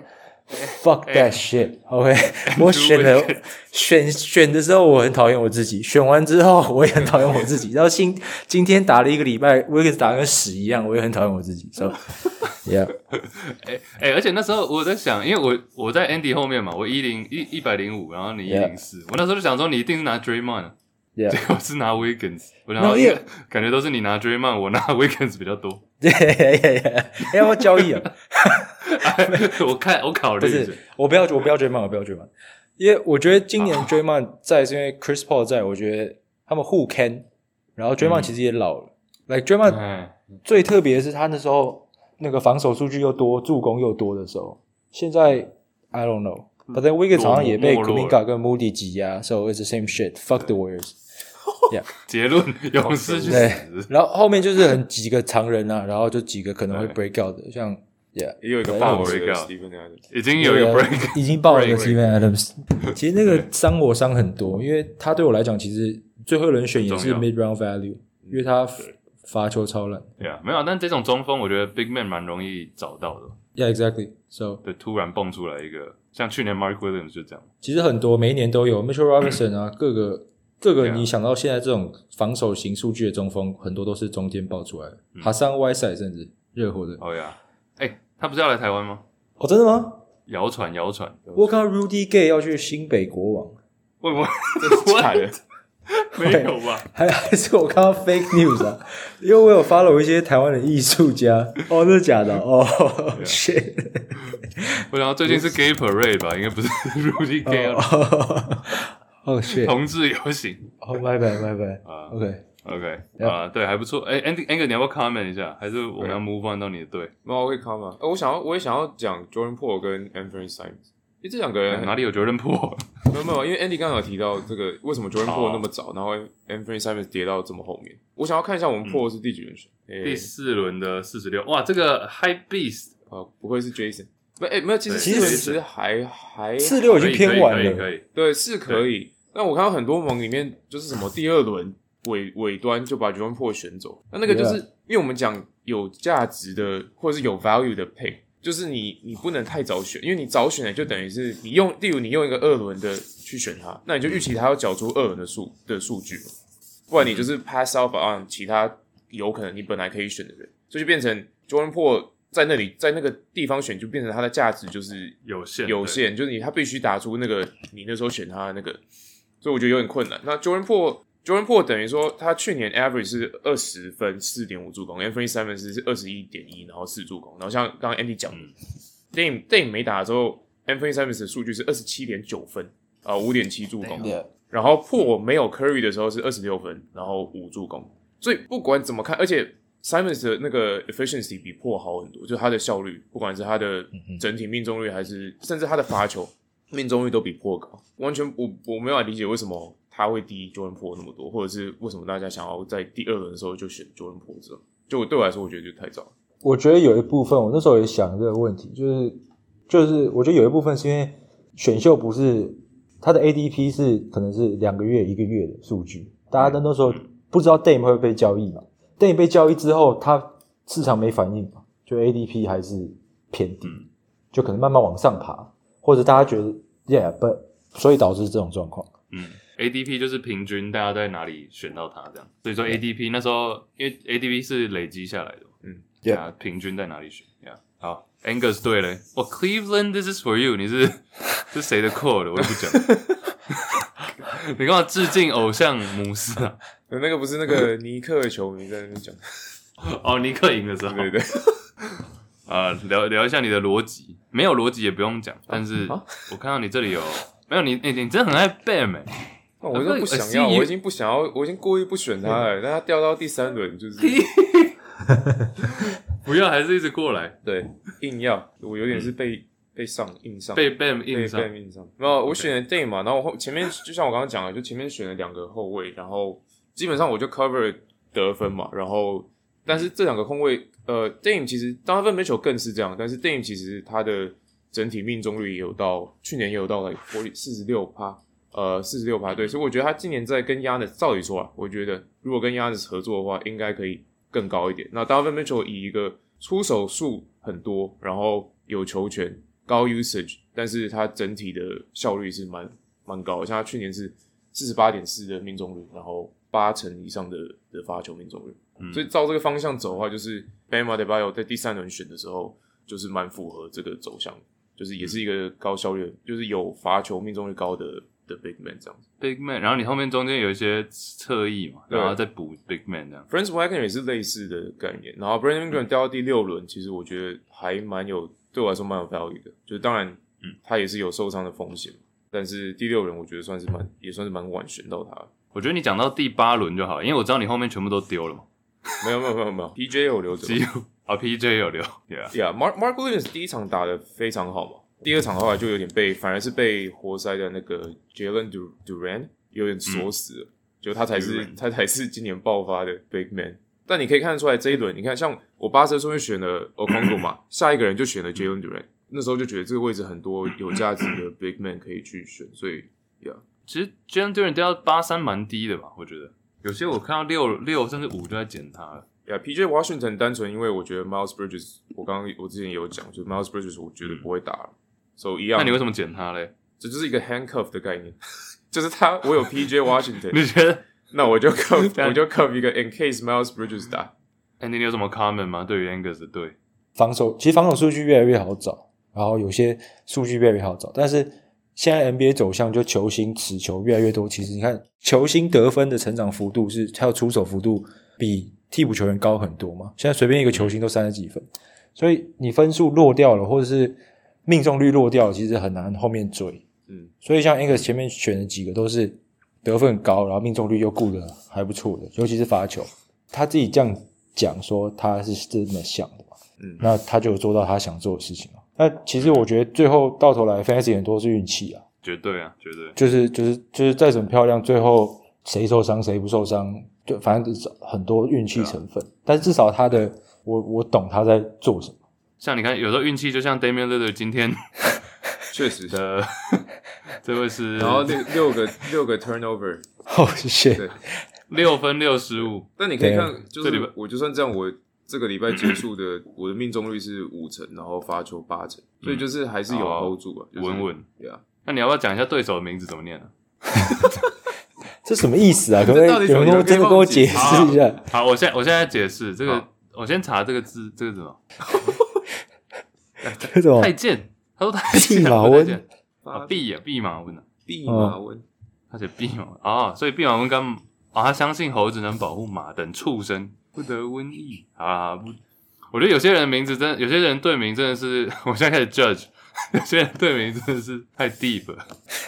Speaker 2: fuck that shit。OK，我选了
Speaker 1: Wiggins
Speaker 2: 选选的时候我很讨厌我自己，选完之后我也很讨厌我自己。然后今今天打了一个礼拜，Wiggins 打得跟屎一样，我也很讨厌我自己。So yeah，
Speaker 1: 哎、哎、而且那时候我在想，因为我我在 Andy 后面嘛，我一零一一百零五，然后你一
Speaker 2: Yeah
Speaker 1: 零四，我那时候就想说你一定是拿 Draymond，啊
Speaker 2: Yeah
Speaker 1: 结果是拿 Wiggins，我想
Speaker 2: 没有因为
Speaker 1: 说感觉都是你拿 Draymond，我拿 Wiggins 比较多。 (laughs)
Speaker 2: 对对对，要不要交易啊？ (laughs)
Speaker 1: 我看我考虑
Speaker 2: 不
Speaker 1: 一
Speaker 2: 是
Speaker 1: 下，，
Speaker 2: 我不要，我不要追漫，我不要追漫，因为我觉得今年追漫在是因为 Chris Paul 在，我觉得他们互 can，然后追漫其实也老了。like 追漫
Speaker 1: 哎，
Speaker 2: 最特别的是他那时候那个防守数据又多，助攻又多的时候，现在 I don't know。反正 Wiggins 好像也被
Speaker 1: 嗯没落了
Speaker 2: Kuminga 跟 Moody 挤压，so it's the same shit. Fuck the Warriors.
Speaker 1: 结 (laughs) 论勇士去
Speaker 2: 对
Speaker 1: 死，，
Speaker 2: 然后后面就是很几个常人啊，然后就几个可能会 break out 的，像 Yeah，
Speaker 3: 也有一个
Speaker 2: 对
Speaker 3: 爆
Speaker 1: 有
Speaker 3: 的
Speaker 1: 一个
Speaker 3: Steven Adams，
Speaker 1: 已经有一个
Speaker 2: 对啊
Speaker 1: break，
Speaker 2: 已经爆了一个
Speaker 1: break (laughs)
Speaker 2: Steven Adams。其实那个伤我伤很多，因为他对我来讲，其实最后一轮选也
Speaker 1: 重
Speaker 2: 是
Speaker 1: 要
Speaker 2: mid round value，因为他罚球超烂。
Speaker 1: (laughs) 对啊，没有，但这种中锋我觉得 Big Man 蛮容易找到的，
Speaker 2: Yeah, exactly. So
Speaker 1: 对，突然蹦出来一个，像去年 Mark Williams 就这样，
Speaker 2: 其实很多每一年
Speaker 1: (coughs)
Speaker 2: 都有 Mitchell Robinson 啊，各个各个
Speaker 1: 对啊
Speaker 2: 你想到现在这种防守型数据的中锋，很多都是中间爆出来的。
Speaker 1: 嗯
Speaker 2: 哈桑 Y 赛甚至热火的
Speaker 1: 哦呀，哎，他不是要来台湾吗？
Speaker 2: 哦，真的
Speaker 1: 嗯
Speaker 2: 吗？
Speaker 1: 谣传谣传，
Speaker 2: 我看到 Rudy Gay 要去新北国王， (laughs)
Speaker 1: 会 (laughs) 不会
Speaker 3: 真的
Speaker 1: (laughs)
Speaker 3: 假的？
Speaker 1: 没有吧？
Speaker 2: 还还是我看到 fake news 啊，因为我有 follow 一些台湾的艺术家。 (laughs) 哦，那是假的哦，shit，
Speaker 1: 我想到最近 (laughs) 是 Gay Parade 吧，应该 (laughs) 不是 Rudy Gay
Speaker 2: 哦
Speaker 1: 啊
Speaker 2: 哦
Speaker 1: (laughs)
Speaker 2: shit，
Speaker 1: 同志游 (laughs) 行
Speaker 2: 哦，拜拜拜拜
Speaker 1: 啊。
Speaker 2: ，OK，
Speaker 1: OK
Speaker 2: Yeah
Speaker 1: 啊，对，还不错。哎，Andy Andy，你要不要 comment 一下？还是我们要 move on 到你的队？
Speaker 3: 那我会 come 啊。呃我想要，我也想要讲 Jordan p o o l 跟 Anthony Simons，因为这两个人
Speaker 1: 哪里有 Jordan Poole？
Speaker 3: 没有没有，因为 Andy 刚刚有提到这个，为什么 Jordan
Speaker 1: 哦
Speaker 3: p o o l 那么早，然后 Anthony Simons 跌到这么后面？我想要看一下我们 p o o l 是第几轮选？
Speaker 1: 嗯第
Speaker 3: 诶，
Speaker 1: 四轮的四十六，哇，这个 High Beast
Speaker 3: 啊，不会是 Jason？没哎，没有，其实
Speaker 1: 对
Speaker 3: 四轮
Speaker 1: 其实
Speaker 3: 其实还还
Speaker 2: 四六已
Speaker 1: 可
Speaker 2: 经
Speaker 1: 以
Speaker 2: 偏晚
Speaker 1: 可以可
Speaker 2: 了，
Speaker 1: 以可以，
Speaker 3: 对是可以。但我看到很多盟里面就是什么第二轮尾尾端就把 Jordan p o o l 选走，那那个就是因为我们讲有价值的或者是有 value 的 pick。就是你，你不能太早选，因为你早选了就等于是你用，例如你用一个二轮的去选它，那你就预期它要缴出二轮的数的数据嘛不然你就是 pass off on 其他有可能你本来可以选的人，所以就变成 Jordan p o o 在那里在那个地方选，就变成他的价值就是
Speaker 1: 有限
Speaker 3: 有限，就是你他必须打出那个你那时候选他的那个，所以我觉得有点困难。那 Jordan p o o Jordan p o o 等于说他去年 average 是二十分四点五助攻，Anthony Simons 是二十一点一，然后四助攻，然后像刚刚 Andy 讲的
Speaker 1: 嗯
Speaker 3: ，Dame Dame 没打之后，Anthony Simons 的数据是二十七点九分啊，五点七助攻。然后破没有 Curry 的时候是二十六分，然后五助攻。所以不管怎么看，而且 Simons 的那个 efficiency 比破好很多，就是他的效率，不管是他的整体命中率，还是甚至他的罚球命中率都比破高。完全我我没有办法理解为什么他会低 Jordan 破那么多，或者是为什么大家想要在第二轮的时候就选 Jordan 破这种。就我对我来说，我觉得就太早了。
Speaker 2: 我觉得有一部分，我那时候也想这个问题，就是就是我觉得有一部分是因为选秀不是它的 ADP 是可能是两个月一个月的数据，大家都那时候不知道 Dame 会不会被交易嘛？Dame 被交易之后，它市场没反应嘛，就 ADP 还是偏低，
Speaker 1: 嗯
Speaker 2: 就可能慢慢往上爬，或者大家觉得 Yeah but 所以导致这种状况。
Speaker 1: 嗯，ADP 就是平均大家在哪里选到它这样，所以说 ADP 那时候因为 ADP 是累积下来的，嗯，对
Speaker 2: Yeah
Speaker 1: 啊，平均在哪里选，yeah，好，Angus 对嘞，哇，Cleveland，this is for you，你是是谁的 call 的？我也不讲， (laughs) 你干嘛致敬偶像姆斯啊？
Speaker 3: 呃那个不是那个尼克球迷在那边讲，
Speaker 1: 哦，尼克赢的时候，
Speaker 3: 对对对，
Speaker 1: (laughs) 啊、聊聊一下你的逻辑，没有逻辑也不用讲，但是
Speaker 3: 啊
Speaker 1: 我看到你这里有。没有你，你你真的很爱 Bam 哎、
Speaker 3: 那哦我就不想要，
Speaker 1: I see you-
Speaker 3: 我已经不想要，我已经故意不选他了，让他掉到第三轮就是。
Speaker 1: 不要还是一直过来
Speaker 3: 对，硬要，我有点是被、被上硬上，
Speaker 1: 被 Bam
Speaker 3: 被
Speaker 1: 硬上
Speaker 3: 被，硬上。没有，我选了 Day 嘛，然后我后前面就像我刚刚讲的，就前面选了两个后卫，然后基本上我就 cover 得分嘛，然后但是这两个空位，呃，Dame 其实 Donovan Mitchell 更是这样，但是 Dame 其实他的整体命中率也有到去年也有到来 f o 四十六趴，呃，四十六趴对，所以我觉得他今年在跟 Yanis，照理说啊，我觉得如果跟 Yanis 合作的话，应该可以更高一点。那 Donovan Mitchell 以一个出手数很多，然后有球权、高 usage，但是他整体的效率是蛮蛮高的，像他去年是四十八点四的命中率，然后八成以上的的发球命中率。
Speaker 1: 嗯
Speaker 3: 所以照这个方向走的话，就是 Bama d e b a y o 在第三轮选的时候，就是蛮符合这个走向，就是也是一个高效率，就是有罚球命中率高的的 big man 这样子。
Speaker 1: Big Man，然后你后面中间有一些侧翼嘛，
Speaker 3: 对
Speaker 1: 然后再补 Big Man 这样。
Speaker 3: Franz Wagner 也是类似的概念，然后 Brandon Ingram 掉到第六轮，其实我觉得还蛮有，对我来说蛮有 value 的。就是当然，
Speaker 1: 嗯，
Speaker 3: 他也是有受伤的风险，但是第六轮我觉得算是蛮，也算是蛮晚选到他的。
Speaker 1: 我觉得你讲到第八轮就好了，因为我知道你后面全部都丢了嘛，
Speaker 3: 没有没有没有没有，PJ 有留着
Speaker 1: 只有
Speaker 3: (laughs)
Speaker 1: 啊 PJ 有留，Yeah，
Speaker 3: Yeah，Mark Mark Williams 第一场打的非常好嘛，第二场后来就有点被，反而是被活塞的那个 Jalen Du- Duran 有点锁死了，就他才是
Speaker 1: Duran
Speaker 3: 他才是今年爆发的 big man。但你可以看得出来这一轮，你看像我巴车顺便选了 Okongo 嘛，下一个人就选了 Jalen Duran，那时候就觉得这个位置很多有价值的 big man 可以去选，所以
Speaker 1: 其实 Jalen Duran 掉到八三蛮低的吧，我觉得有些我看到六六甚至五就在捡他了。
Speaker 3: 呀、p j Washington 单纯因为我觉得 Miles Bridges，我刚刚我之前也有讲，就 Miles Bridges 我觉得不会打了，所、以一样。
Speaker 1: 那你为什么捡他嘞？
Speaker 3: 这就是一个 handcuff 的概念， (laughs) 就是他我有 PJ
Speaker 1: 你 (laughs)
Speaker 3: Washington，
Speaker 1: 觉得？
Speaker 3: 那我就 cuff
Speaker 1: 样
Speaker 3: 我就 cuff 一个 in case Miles Bridges 打。
Speaker 1: 哎，你有什么 comment 吗？对于 Angus 的队，
Speaker 2: 防守其实防守数据越来越好找，然后有些数据越来越好找，但是现在 NBA 走向就球星持球越来越多。其实你看，球星得分的成长幅度是还有出手幅度比替补球员高很多嘛。现在随便一个球星都三十几分，所以你分数落掉了，或者是命中率落掉了，其实很难后面追。
Speaker 3: 嗯，
Speaker 2: 所以像 Angus 前面选的几个都是得分很高，然后命中率又顾得还不错的，尤其是罚球。他自己这样讲说他是这么想的嘛，
Speaker 3: 嗯
Speaker 2: 那他就有做到他想做的事情了。那其实我觉得最后到头来，fantasy 很多是运气啊，
Speaker 1: 绝对啊，绝对。
Speaker 2: 就是就是就是再怎么漂亮，最后谁受伤谁不受伤，就反正很多运气
Speaker 3: 啊
Speaker 2: 成分。但是至少他的我我懂他在做 (laughs) 什么。
Speaker 1: 像你看，有时候运气就像 Damian l i l l a r 今天
Speaker 3: 确实。 (laughs)
Speaker 1: 的这位是，
Speaker 3: 然后六六个六个 turnover，
Speaker 2: 哦，谢谢
Speaker 3: 对。
Speaker 1: 六分六十五，
Speaker 3: 但你可以
Speaker 2: 对
Speaker 3: 看，就
Speaker 1: 这礼拜
Speaker 3: 是我就算这样，我这个礼拜结束的我的命中率是五成，然后发球八成，所以就是还是有
Speaker 1: 哦
Speaker 3: hold 住啊，就是
Speaker 1: 稳。稳。
Speaker 3: 对啊，
Speaker 1: 那你要不要讲一下对手的名字怎么念啊呢、
Speaker 2: 这什么意思
Speaker 3: (laughs)
Speaker 2: 啊？可不可以
Speaker 3: 这到底什么
Speaker 2: 有人跟我
Speaker 3: 可以
Speaker 2: 真的跟我解释一 (laughs) 下？
Speaker 1: 好，我现在我现在解释这个
Speaker 3: 好，
Speaker 1: 我先查这个字，这个字么？
Speaker 2: 这种
Speaker 1: 太监，他说太监，
Speaker 2: 弼哦马
Speaker 1: 不是太监啊
Speaker 3: 发
Speaker 1: 弼呀弼马温啊，
Speaker 3: 弼马温，
Speaker 1: 他写弼马啊，所以弼马温跟啊，他相信猴子能保护马等畜生不得瘟疫啊。不，我觉得有些人名字真的，有些人队名真的是， (laughs) 我现在开始 judge，有些人队名真的是太 deep 了。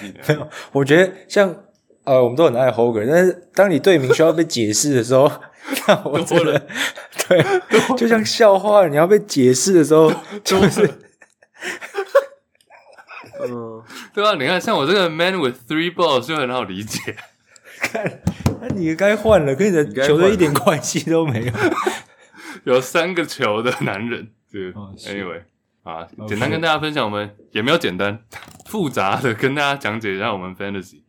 Speaker 3: (laughs)
Speaker 2: 我觉得像呃，我们都很爱 Hogan，但是当你队名需要被解释的时候， (laughs) 那我真的对，就像笑话，你要被解释的时候，就是
Speaker 3: 嗯，
Speaker 1: 对啊，你看像我这个 man with three balls 就很好理解。
Speaker 2: 看，那你该换了，跟你的
Speaker 3: 该换
Speaker 2: 球队一点关系都没有。
Speaker 1: 有三个球的男人。对、
Speaker 2: 哦是
Speaker 1: a n y w a y 啊，
Speaker 2: OK
Speaker 1: 简单跟大家分享，我们也没有简单， (laughs) 复杂的跟大家讲解一下我们 fantasy。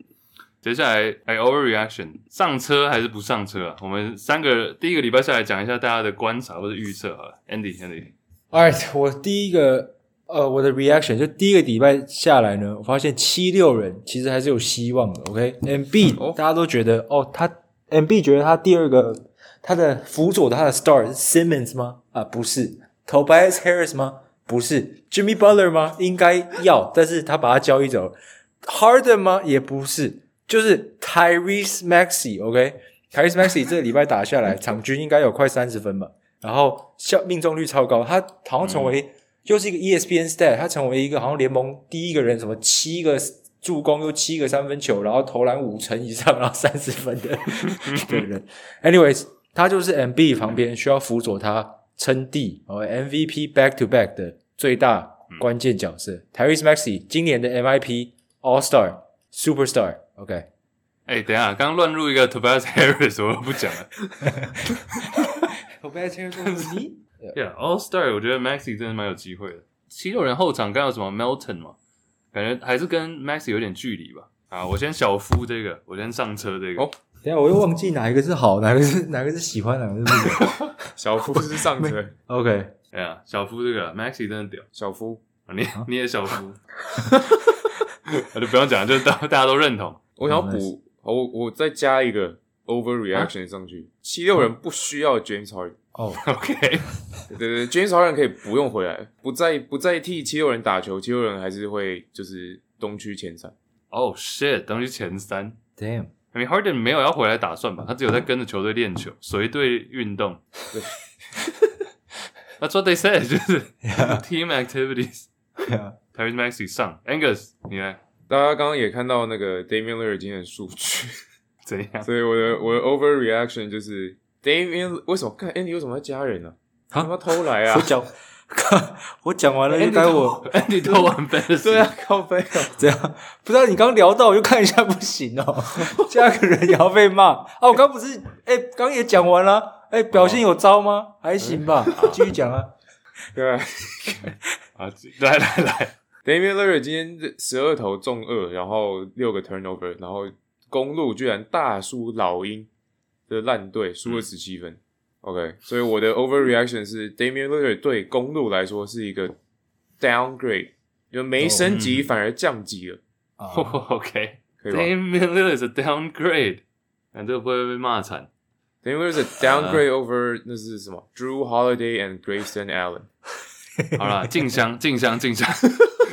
Speaker 1: 接下来，哎，overreaction，上车还是不上车啊？我们三个第一个礼拜下来讲一下大家的观察或者预测好了。Andy，Andy，
Speaker 2: Alright，我第一个呃，我的 reaction 就第一个礼拜下来呢，我发现七六人其实还是有希望的。OK，MB、
Speaker 3: 哦
Speaker 2: 大家都觉得哦，他 MB 觉得他第二个他的辅佐他的 star 是 Simmons 吗？啊，不是，Tobias Harris 吗？不是，Jimmy Butler 吗？应该要，但是他把他交易走了。Harden 吗？也不是，就是 Tyrese Maxey，OK，Tyrese、Maxey 这个礼拜打下来，场均应该有快三十分吧，然后效命中率超高，他好像成为、又是一个 E ESPN stat，他成为一个好像联盟第一个人，什么七个助攻又七个三分球，然后投篮五成以上，然后三十分的的人。Anyways，他就是 MB 旁边需要辅佐他称帝，哦然后 MVP back to back 的最大关键角色、Tyrese Maxey，今年的 MIP All Star Superstar。OK，
Speaker 1: 哎、等一下，刚乱入一个 Tobias Harris，我不讲
Speaker 2: (laughs)
Speaker 1: 了。
Speaker 2: 我不要听说你
Speaker 1: Yeah，All Star，我觉得 Maxi 真的蛮有机会的。七六人后场刚有什么 Melton 嘛，感觉还是跟 Maxi 有点距离吧。好，我先小夫这个，我先上车这个。
Speaker 3: 哦
Speaker 2: (laughs) 等一下我又忘记哪一个是好，哪个是哪个是喜欢，哪个是不喜欢。
Speaker 3: 小夫是上车，
Speaker 2: OK，
Speaker 1: 哎呀，小夫这个 Maxi 真的屌，
Speaker 3: 小夫，
Speaker 1: 啊你你也小夫，那 (laughs) 就不用讲了，就是大大家都认同。
Speaker 3: 我想要
Speaker 2: Nice
Speaker 3: 补，好我我再加一个 overreaction 上去。七六人不需要 James Harden，
Speaker 2: 哦、
Speaker 1: OK， (laughs)
Speaker 3: 对对对，James Harden 可以不用回来，不再不再替七六人打球，七六人还是会就是东区前三。
Speaker 1: 哦、shit，东西前三。
Speaker 2: d a m n
Speaker 1: I mean Harden 没有要回来打算吧？他只有在跟着球队练球，随队运动。That's what they said，就是 team activities。 (laughs)
Speaker 2: Yeah.
Speaker 1: Terry Maxi 上，Angus 你来
Speaker 3: 大家刚刚也看到那个 Damian l i l l a r 今天的数据，
Speaker 1: 怎样？
Speaker 3: 所以我的我的 overreaction 就是 Damian 为什么看 Andy 为什么要加人呢、啊？他妈偷来啊
Speaker 2: (laughs) 我！讲，我讲完了就该我
Speaker 1: 你都玩 (laughs) fantasy？
Speaker 3: 对啊，靠背啊！
Speaker 2: 这样。不知道你刚聊到，我就看一下不行
Speaker 3: (laughs)
Speaker 2: 哦，加个人也要被骂啊！我刚不是哎，刚也讲完了，哎，表现有糟吗？还行吧，
Speaker 3: 嗯
Speaker 2: 继续讲啊。
Speaker 3: 对啊
Speaker 1: 啊，来来来，
Speaker 3: ，Damian l i l l a r 今天十二投中二，然后六个 turnover，然后公路居然大输老鹰的烂队，输了十七分。OK，所以我的 overreaction 是 Damian l i l l a r 对公路来说是一个 downgrade，就没升级反而降级了，
Speaker 1: 啊
Speaker 2: 啊
Speaker 3: (laughs)
Speaker 1: OK。
Speaker 3: 可以吧？
Speaker 1: Damian Lillard is a downgrade，那这个不会被骂惨。
Speaker 3: Then there's a downgrade over 那是什么？Drew Holiday and Grayson Allen。
Speaker 1: (laughs) 好啦，静香，静香，静香，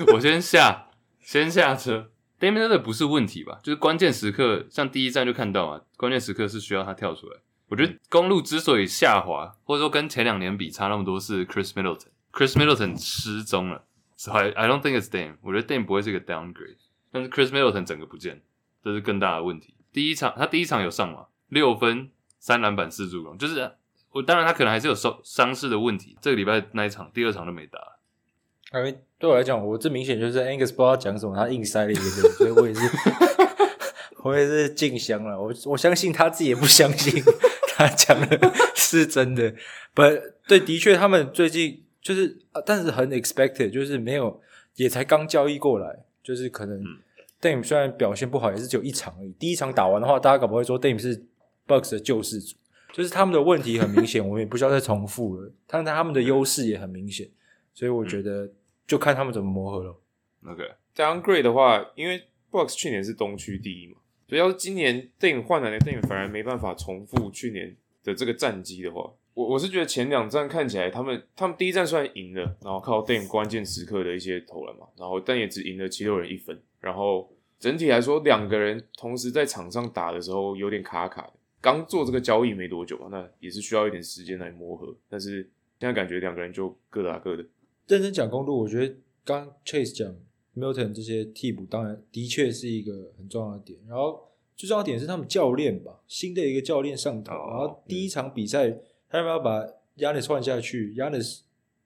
Speaker 1: (laughs) 我先下，先下车。Damian Lillard 不是问题吧？就是关键时刻，像第一站就看到嘛，关键时刻是需要他跳出来。我觉得公路之所以下滑，或者说跟前两年比差那么多，是 Chris Middleton。Chris Middleton 失踪了，so I I don't think it's Dame。我觉得 Dame 不会是一个 downgrade，但是 Chris Middleton 整个不见，这是更大的问题。第一场他第一场有上嘛，六分、三篮板、四助攻，就是我当然他可能还是有受伤势的问题。这个礼拜那一场，第二场都没打。
Speaker 2: 因为对我来讲，我最明显就是 Angus 不知道讲什么，他硬塞了一个这个，所以我也是，我也是静香了。我我相信他自己也不相信他讲的是真的。不，对，的确他们最近就是，啊但是很 expected，就是没有，也才刚交易过来，就是可能
Speaker 1: 嗯
Speaker 2: Dame 虽然表现不好，也是只有一场而已。第一场打完的话，大家搞不好会说 Dame 是 Bucks 的救世主，就是他们的问题很明显，我们也不需要再重复了。但他们的优势也很明显。所以我觉得就看他们怎么磨合了。
Speaker 1: OK，
Speaker 3: downgrade 的话，因为 Box 去年是东区第一嘛，所以要是今年电影换来的电影反而没办法重复去年的这个战绩的话，我我是觉得前两站看起来他们他们第一站虽然赢了，然后靠电影关键时刻的一些投篮嘛，然后但也只赢了七六人一分，然后整体来说两个人同时在场上打的时候有点卡卡的。刚做这个交易没多久嘛，那也是需要一点时间来磨合。但是现在感觉两个人就各打各的，
Speaker 2: 认真讲公路，我觉得刚刚 Chase 讲 Milton 这些替补，当然的确是一个很重要的点。然后最重要的点是他们教练吧，新的一个教练上头。
Speaker 1: 哦
Speaker 2: 然后第一场比赛，他要不要把 Yanis 换下去？Yanis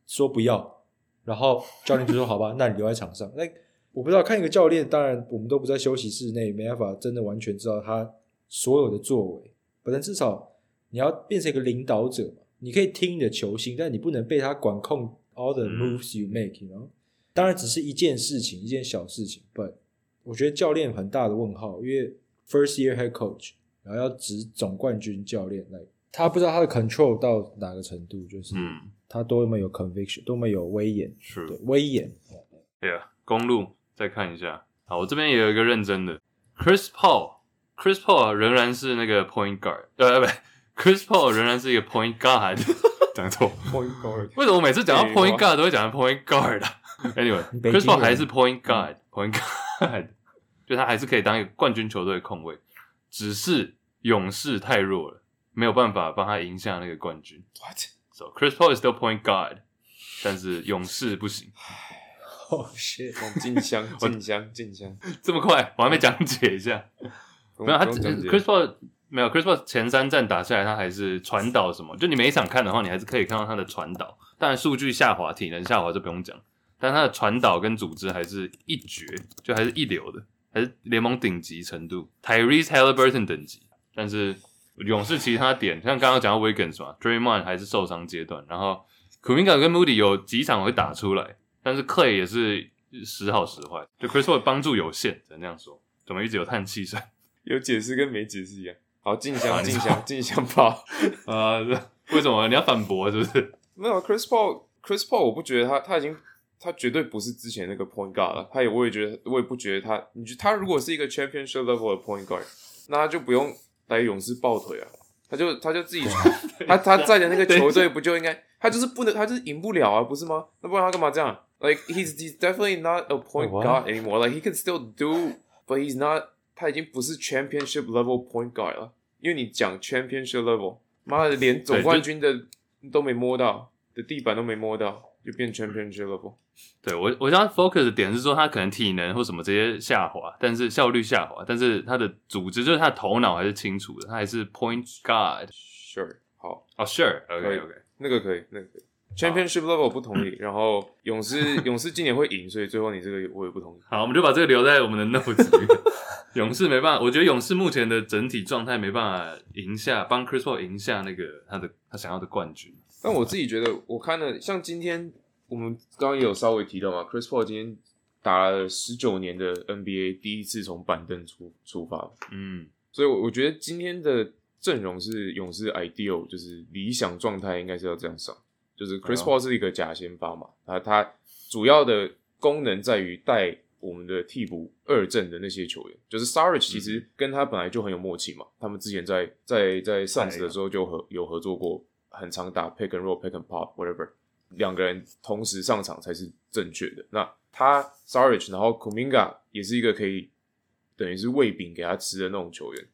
Speaker 2: 说不要，然后教练就说好吧，那你留在场上。那我不知道看一个教练，当然我们都不在休息室内，没办法真的完全知道他所有的作为。本来至少你要变成一个领导者嘛，你可以听你的球星，但你不能被他管控 all the
Speaker 1: 嗯
Speaker 2: moves you make，然后当然只是一件事情，一件小事情，but 我觉得教练很大的问号，因为 first year head coach，然后要指总冠军教练来，他不知道他的 control 到哪个程度，就是
Speaker 1: 嗯
Speaker 2: 他多么有 conviction，多么有威严，对
Speaker 1: ，True，
Speaker 2: 威严，
Speaker 1: yeah，公路再看一下。好，我这边也有一个认真的，Chris Paul，Chris Paul 仍然是那个 point guard，呃，不，Chris Paul 仍然是一个 point guard，讲错。
Speaker 3: point guard
Speaker 1: 为什么我每次讲到
Speaker 3: 废话
Speaker 1: point guard 都会讲到 point guard 啊
Speaker 2: 北
Speaker 1: ？Anyway，Chris
Speaker 2: 京
Speaker 1: Paul
Speaker 2: 人啊
Speaker 1: 还是 point guard，point guard，就 (laughs) 他还是可以当一个冠军球队的控卫，只是勇士太弱了，没有办法帮他赢下那个冠军。
Speaker 3: what？
Speaker 1: So Chris Paul is still point guard，但是勇士不行。
Speaker 2: 哦、是，
Speaker 3: 静香，静香，静香。
Speaker 1: 这么快，我还没讲解一下。
Speaker 3: 没
Speaker 1: 没有他只，Chris Paul 没有 Chris Paul 前三站打下来，他还是传导什么？就你每一场看的话，你还是可以看到他的传导。当然，数据下滑，体能下滑就不用讲，但他的传导跟组织还是一绝，就还是一流的，还是联盟顶级程度，Tyrese Halliburton 等级。但是勇士其他点，像刚刚讲到 Wiggins 嘛，Draymond 还是受伤阶段，然后 Kuminga 跟 Moody 有几场会打出来，但是 Clay 也是时好时坏，就 Chris Paul 帮助有限，只能这样说。怎么一直有叹气声？
Speaker 3: 有解释跟没解释一样。好，静香，
Speaker 1: 你
Speaker 3: 静
Speaker 1: 说
Speaker 3: 香，静香吧。
Speaker 1: 啊、为什么你要反驳？是不是？
Speaker 3: (laughs) 没有 Chris Paul，Chris Paul，我不觉得他他已经他绝对不是之前那个 point guard 了。他也我也觉得我也不觉得他，你觉他如果是一个 championship level 的 point guard，那他就不用来勇士抱腿啊，他就他就自己 (laughs) 他他在的那个球队不就应该他就是不能他就是赢不了啊，不是吗？那不然他干嘛这样？Like he's he's definitely not a point
Speaker 1: Oh,
Speaker 3: guard anymore. Like he can still do, but he's not. 他已经不是 championship level point guard 了，因为你讲 championship level，妈的连总
Speaker 1: 对就
Speaker 3: 冠军的都没摸到的地板都没摸到，就变 championship level。
Speaker 1: 对我，我想 focus 的点是说他可能体能或什么这些下滑，但是效率下滑，但是他的组织就是他的头脑还是清楚的，他还是 point guard。
Speaker 3: Sure，好。
Speaker 1: 哦、s u r e o k
Speaker 3: 对
Speaker 1: OK，
Speaker 3: 那个可以，那个可以。Championship level 我不同意，然后勇士 (laughs) 勇士今年会赢，所以最后你这个我也不同意。
Speaker 1: 好，我们就把这个留在我们的 notes (laughs) 里面。勇士没办法，我觉得勇士目前的整体状态没办法赢下，帮 Chris Paul 赢下那个他的他想要的冠军。
Speaker 3: 但我自己觉得，我看了像今天我们刚刚也有稍微提到嘛，Chris Paul 今天打了十九年的 NBA，第一次从板凳出出发，
Speaker 1: 嗯，
Speaker 3: 所以我我觉得今天的阵容是勇士 ideal，就是理想状态应该是要这样上，就是 Chris
Speaker 1: 哎呦
Speaker 3: Paul 是一个假先发嘛，他他主要的功能在于带我们的替补二阵的那些球员，就是 Sarich 其实跟他本来就很有默契嘛，他们之前在在在上次的时候就合有合作过，很常打 pick and roll、pick and pop whatever，两个人同时上场才是正确的。那他 Sarich，然后 Kuminga 也是一个可以等于是喂饼给他吃的那种球员。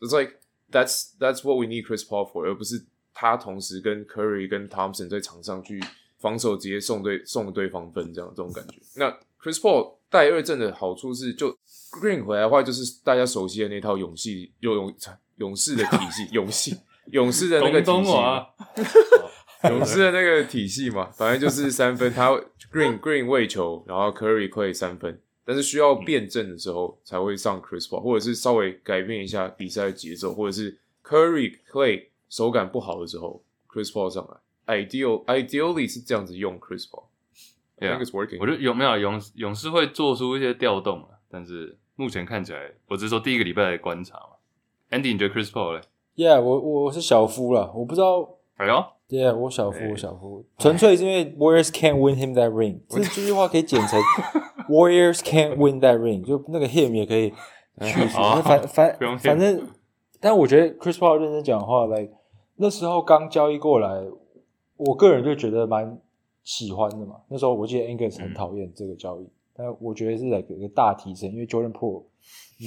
Speaker 3: It's like that's that's what we need Chris Paul for，而不是他同时跟 Curry 跟 Thompson 在场上去防守，直接送对送对方分这样这种感觉。那 Chris Paul 带二阵的好处是，就 Green 回来的话，就是大家熟悉的那套勇士勇勇勇士的体系， (laughs) 勇士勇士的那个体
Speaker 1: 东
Speaker 3: 系。
Speaker 1: 啊，
Speaker 3: 勇士的那个体系嘛，反正就是三分，他 Green Green 喂球，然后 Curry 会三分，但是需要辩证的时候才会上 Chris Paul，或者是稍微改变一下比赛的节奏，或者是 Curry Clay 手感不好的时候，Chris Paul 上来，ideal ideally 是这样子用 Chris Paul。I
Speaker 1: Yeah，
Speaker 3: think it's working。
Speaker 1: 我觉得有没有勇勇士会做出一些调动啊，但是目前看起来，我只是说第一个礼拜的观察嘛。Andy，你觉得 Chris Paul 嘞？
Speaker 2: Yeah，我我是小夫啦，我不知道。
Speaker 1: 哎呦，
Speaker 2: Yeah，我小夫
Speaker 1: 哎，
Speaker 2: 我小夫，纯粹是因为 Warriors can't win him that ring，这这句话可以剪成 Warriors can't win that ring，就那个 him 也可以去除，
Speaker 1: 哦
Speaker 2: 反反
Speaker 1: 不用 him
Speaker 2: 反正， (laughs) 但我觉得 Chris Paul 认真讲话来，那时候刚交易过来，我个人就觉得蛮喜欢的嘛。那时候我记得 Angus
Speaker 1: 嗯
Speaker 2: 很讨厌这个交易，但我觉得是来给一个大提升，因为 Jordan Poole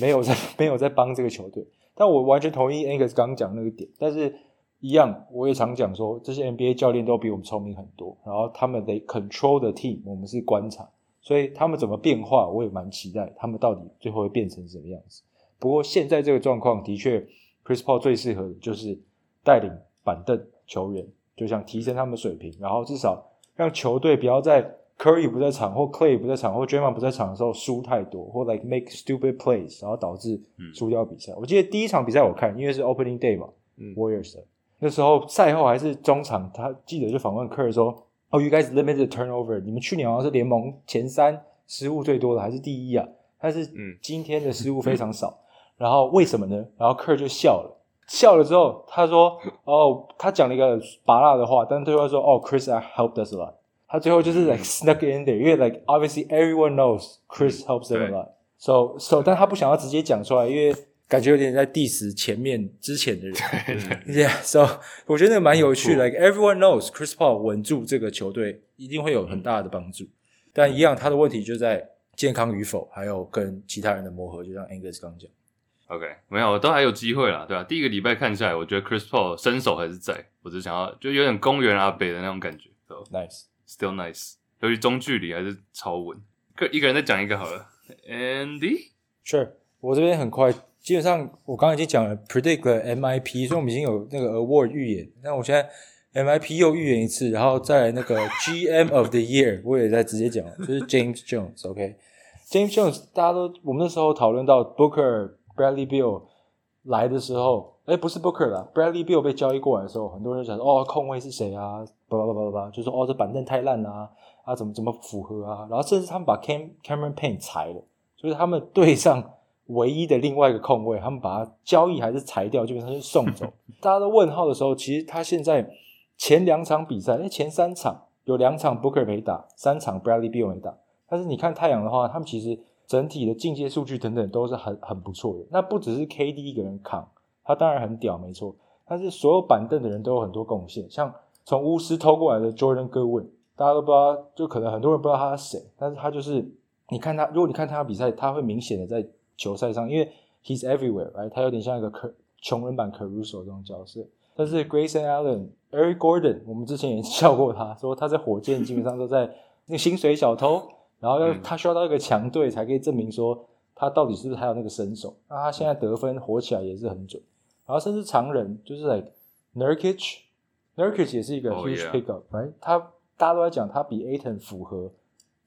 Speaker 2: 没有在 (laughs) 没有在帮这个球队。但我完全同意 Angus 刚刚讲那个点，但是一样，我也常讲说，这些 NBA 教练都比我们聪明很多，然后他们得 control the team，我们是观察，所以他们怎么变化，我也蛮期待他们到底最后会变成什么样子。不过现在这个状况的确，Chris Paul 最适合的就是带领板凳球员，就想提升他们的水平，然后至少让球队不要在 Curry 不在场或 Clay 不在场或 Draymond 不在场的时候输太多，或 like make stupid plays，然后导致输掉比赛。我记得第一场比赛我看，因为是 Opening Day 嘛、
Speaker 3: 嗯
Speaker 2: w a r r i o r s 的，那时候赛后还是中场，他记者就访问科尔说：“哦、y o u guys limited turnover，你们去年好像是联盟前三失误最多的，还是第一啊？但是
Speaker 3: 嗯
Speaker 2: 今天的失误非常少，然后为什么呢？”然后科尔就笑了，笑了之后他说：“哦，他讲了一个拔辣的话，但是对方说：‘哦，Chris helped us a lot。’他最后就是 like snuck in there，因为 like obviously everyone knows Chris helps them a
Speaker 1: 对
Speaker 2: lot。So so，但他不想要直接讲出来，因为感觉有点在 diss 前面之前的人。Yeah, (laughs) so 我觉得那个蛮有趣的。Like everyone knows, Chris Paul 稳住这个球队一定会有很大的帮助，但一样他的问题就在健康与否，还有跟其他人的磨合，就像 Angus 刚讲。
Speaker 1: OK，没有，都还有机会啦，对吧、第一个礼拜看下来，我觉得 Chris Paul 身手还是在，我只想要就有点公园阿北的那种感觉，so
Speaker 2: Nice，
Speaker 1: still nice，由于中距离还是超稳。个一个人再讲一个好了，Andy，
Speaker 2: Sure，我这边很快，基本上我刚刚已经讲了 predict 了 MIP，所以我们已经有那个 award 预言。那我现在 MIP 又预言一次，然后再来那个 GM of the year，我也在直接讲，就是 James Jones。OK，James、Jones，大家都我们那时候讨论到 Booker、Bradley Beal 来的时候，哎，不是 Booker 啦，Bradley Beal 被交易过来的时候，很多人就想说，哦，控卫是谁啊？叭叭叭叭叭，就说哦，这板凳太烂啦、啊，啊，怎么怎么符合啊？然后甚至他们把 Cam Cameron Payne 裁了。就是他们对上唯一的另外一个空位，他们把它交易还是裁掉，基本上就是送走。大家都问号的时候，其实他现在前两场比赛，哎，前三场有两场 Booker 没打，三场 Bradley Beal 没打。但是你看太阳的话，他们其实整体的进阶数据等等都是很很不错的。那不只是 KD 一个人扛，他当然很屌，没错。但是所有板凳的人都有很多贡献，像从巫师偷过来的 Jordan Goodwin，大家都不知道，就可能很多人不知道他是谁，但是他就是你看他，如果你看他的比赛，他会明显的在球赛上，因为 he's everywhere，right？他有点像一个可穷人版 Caruso 这种角色。但是 Grayson Allen、Eric Gordon，我们之前也笑过他，说他在火箭基本上都在那个薪水小偷，然后要
Speaker 1: 嗯
Speaker 2: 他需要到一个强队才可以证明说他到底是不是还有那个身手。那他现在得分火起来也是很准，然后甚至常人就是 like Nurkic。Nurkic 也是一个
Speaker 1: Oh,
Speaker 2: huge
Speaker 1: yeah.
Speaker 2: pickup，right？、他大家都在讲他比 Aton 符合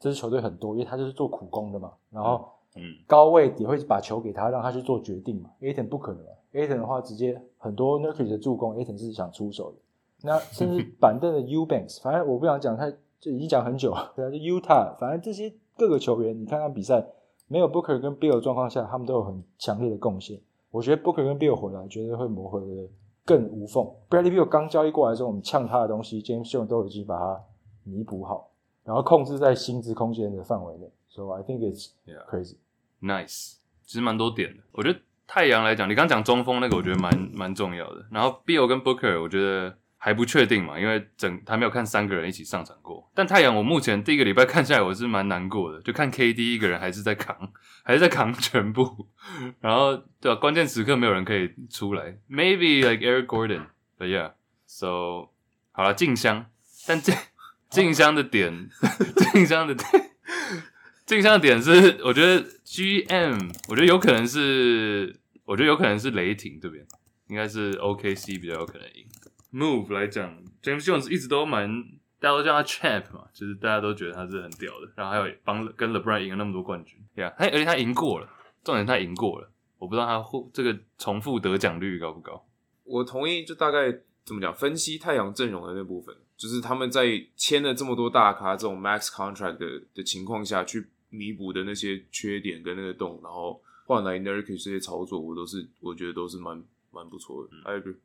Speaker 2: 这支球队很多，因为他就是做苦工的嘛。然后
Speaker 1: 嗯，
Speaker 2: 高位也会把球给他，让他去做决定嘛。Aton 不可能嘛，Aton 的话直接很多 Nurkic 的助攻，Aton 是想出手的。那甚至板凳的 Ubanks，反正我不想讲太，就已经讲很久了。对啊，就 Utah，反正这些各个球员，你看他比赛没有 Booker 跟 Bill 的状况下，他们都有很强烈的贡献。我觉得 Booker 跟 Bill 回来，绝对会磨合的更无缝。Bradley Bill 刚交易过来的时候，我们呛他的东西，James Jones 都已经把它弥补好，然后控制在薪资空间的范围内。So I think it's
Speaker 1: Yeah.
Speaker 2: crazy.
Speaker 1: Nice，其实蛮多点的。我觉得太阳来讲，你刚讲中锋那个，我觉得蛮蛮重要的。然后 Bill 跟 Booker，我觉得还不确定嘛，因为整还没有看三个人一起上场过。但太阳，我目前第一个礼拜看下来，我是蛮难过的，就看 KD 一个人还是在扛， (laughs) 还是在扛全部。 (laughs) 然后对啊，关键时刻没有人可以出来，Maybe like Eric Gordon，but yeah，so 好了，静香，但静静香的点， (laughs) 静香的点。镜像点是， (laughs) 我觉得 GM，我觉得有可能是，我觉得有可能是雷霆这边，应该是 OKC 比较有可能赢。Move 来讲，James Jones 一直都蛮，大家都叫他 Champ 嘛，就是大家都觉得他是很屌的，然后还有帮跟 LeBron 赢了那么多冠军，呀、他而且他赢过了，重点是他赢过了，我不知道他互这个重复得奖率高不高。
Speaker 3: 我同意，就大概怎么讲，分析太阳阵容的那部分，就是他们在签了这么多大咖这种 max contract 的的情况下去弥补的那些缺点跟那个洞，然后换来 Nurkic 这些操作，我都是我觉得都是蛮蛮不错的。I agree。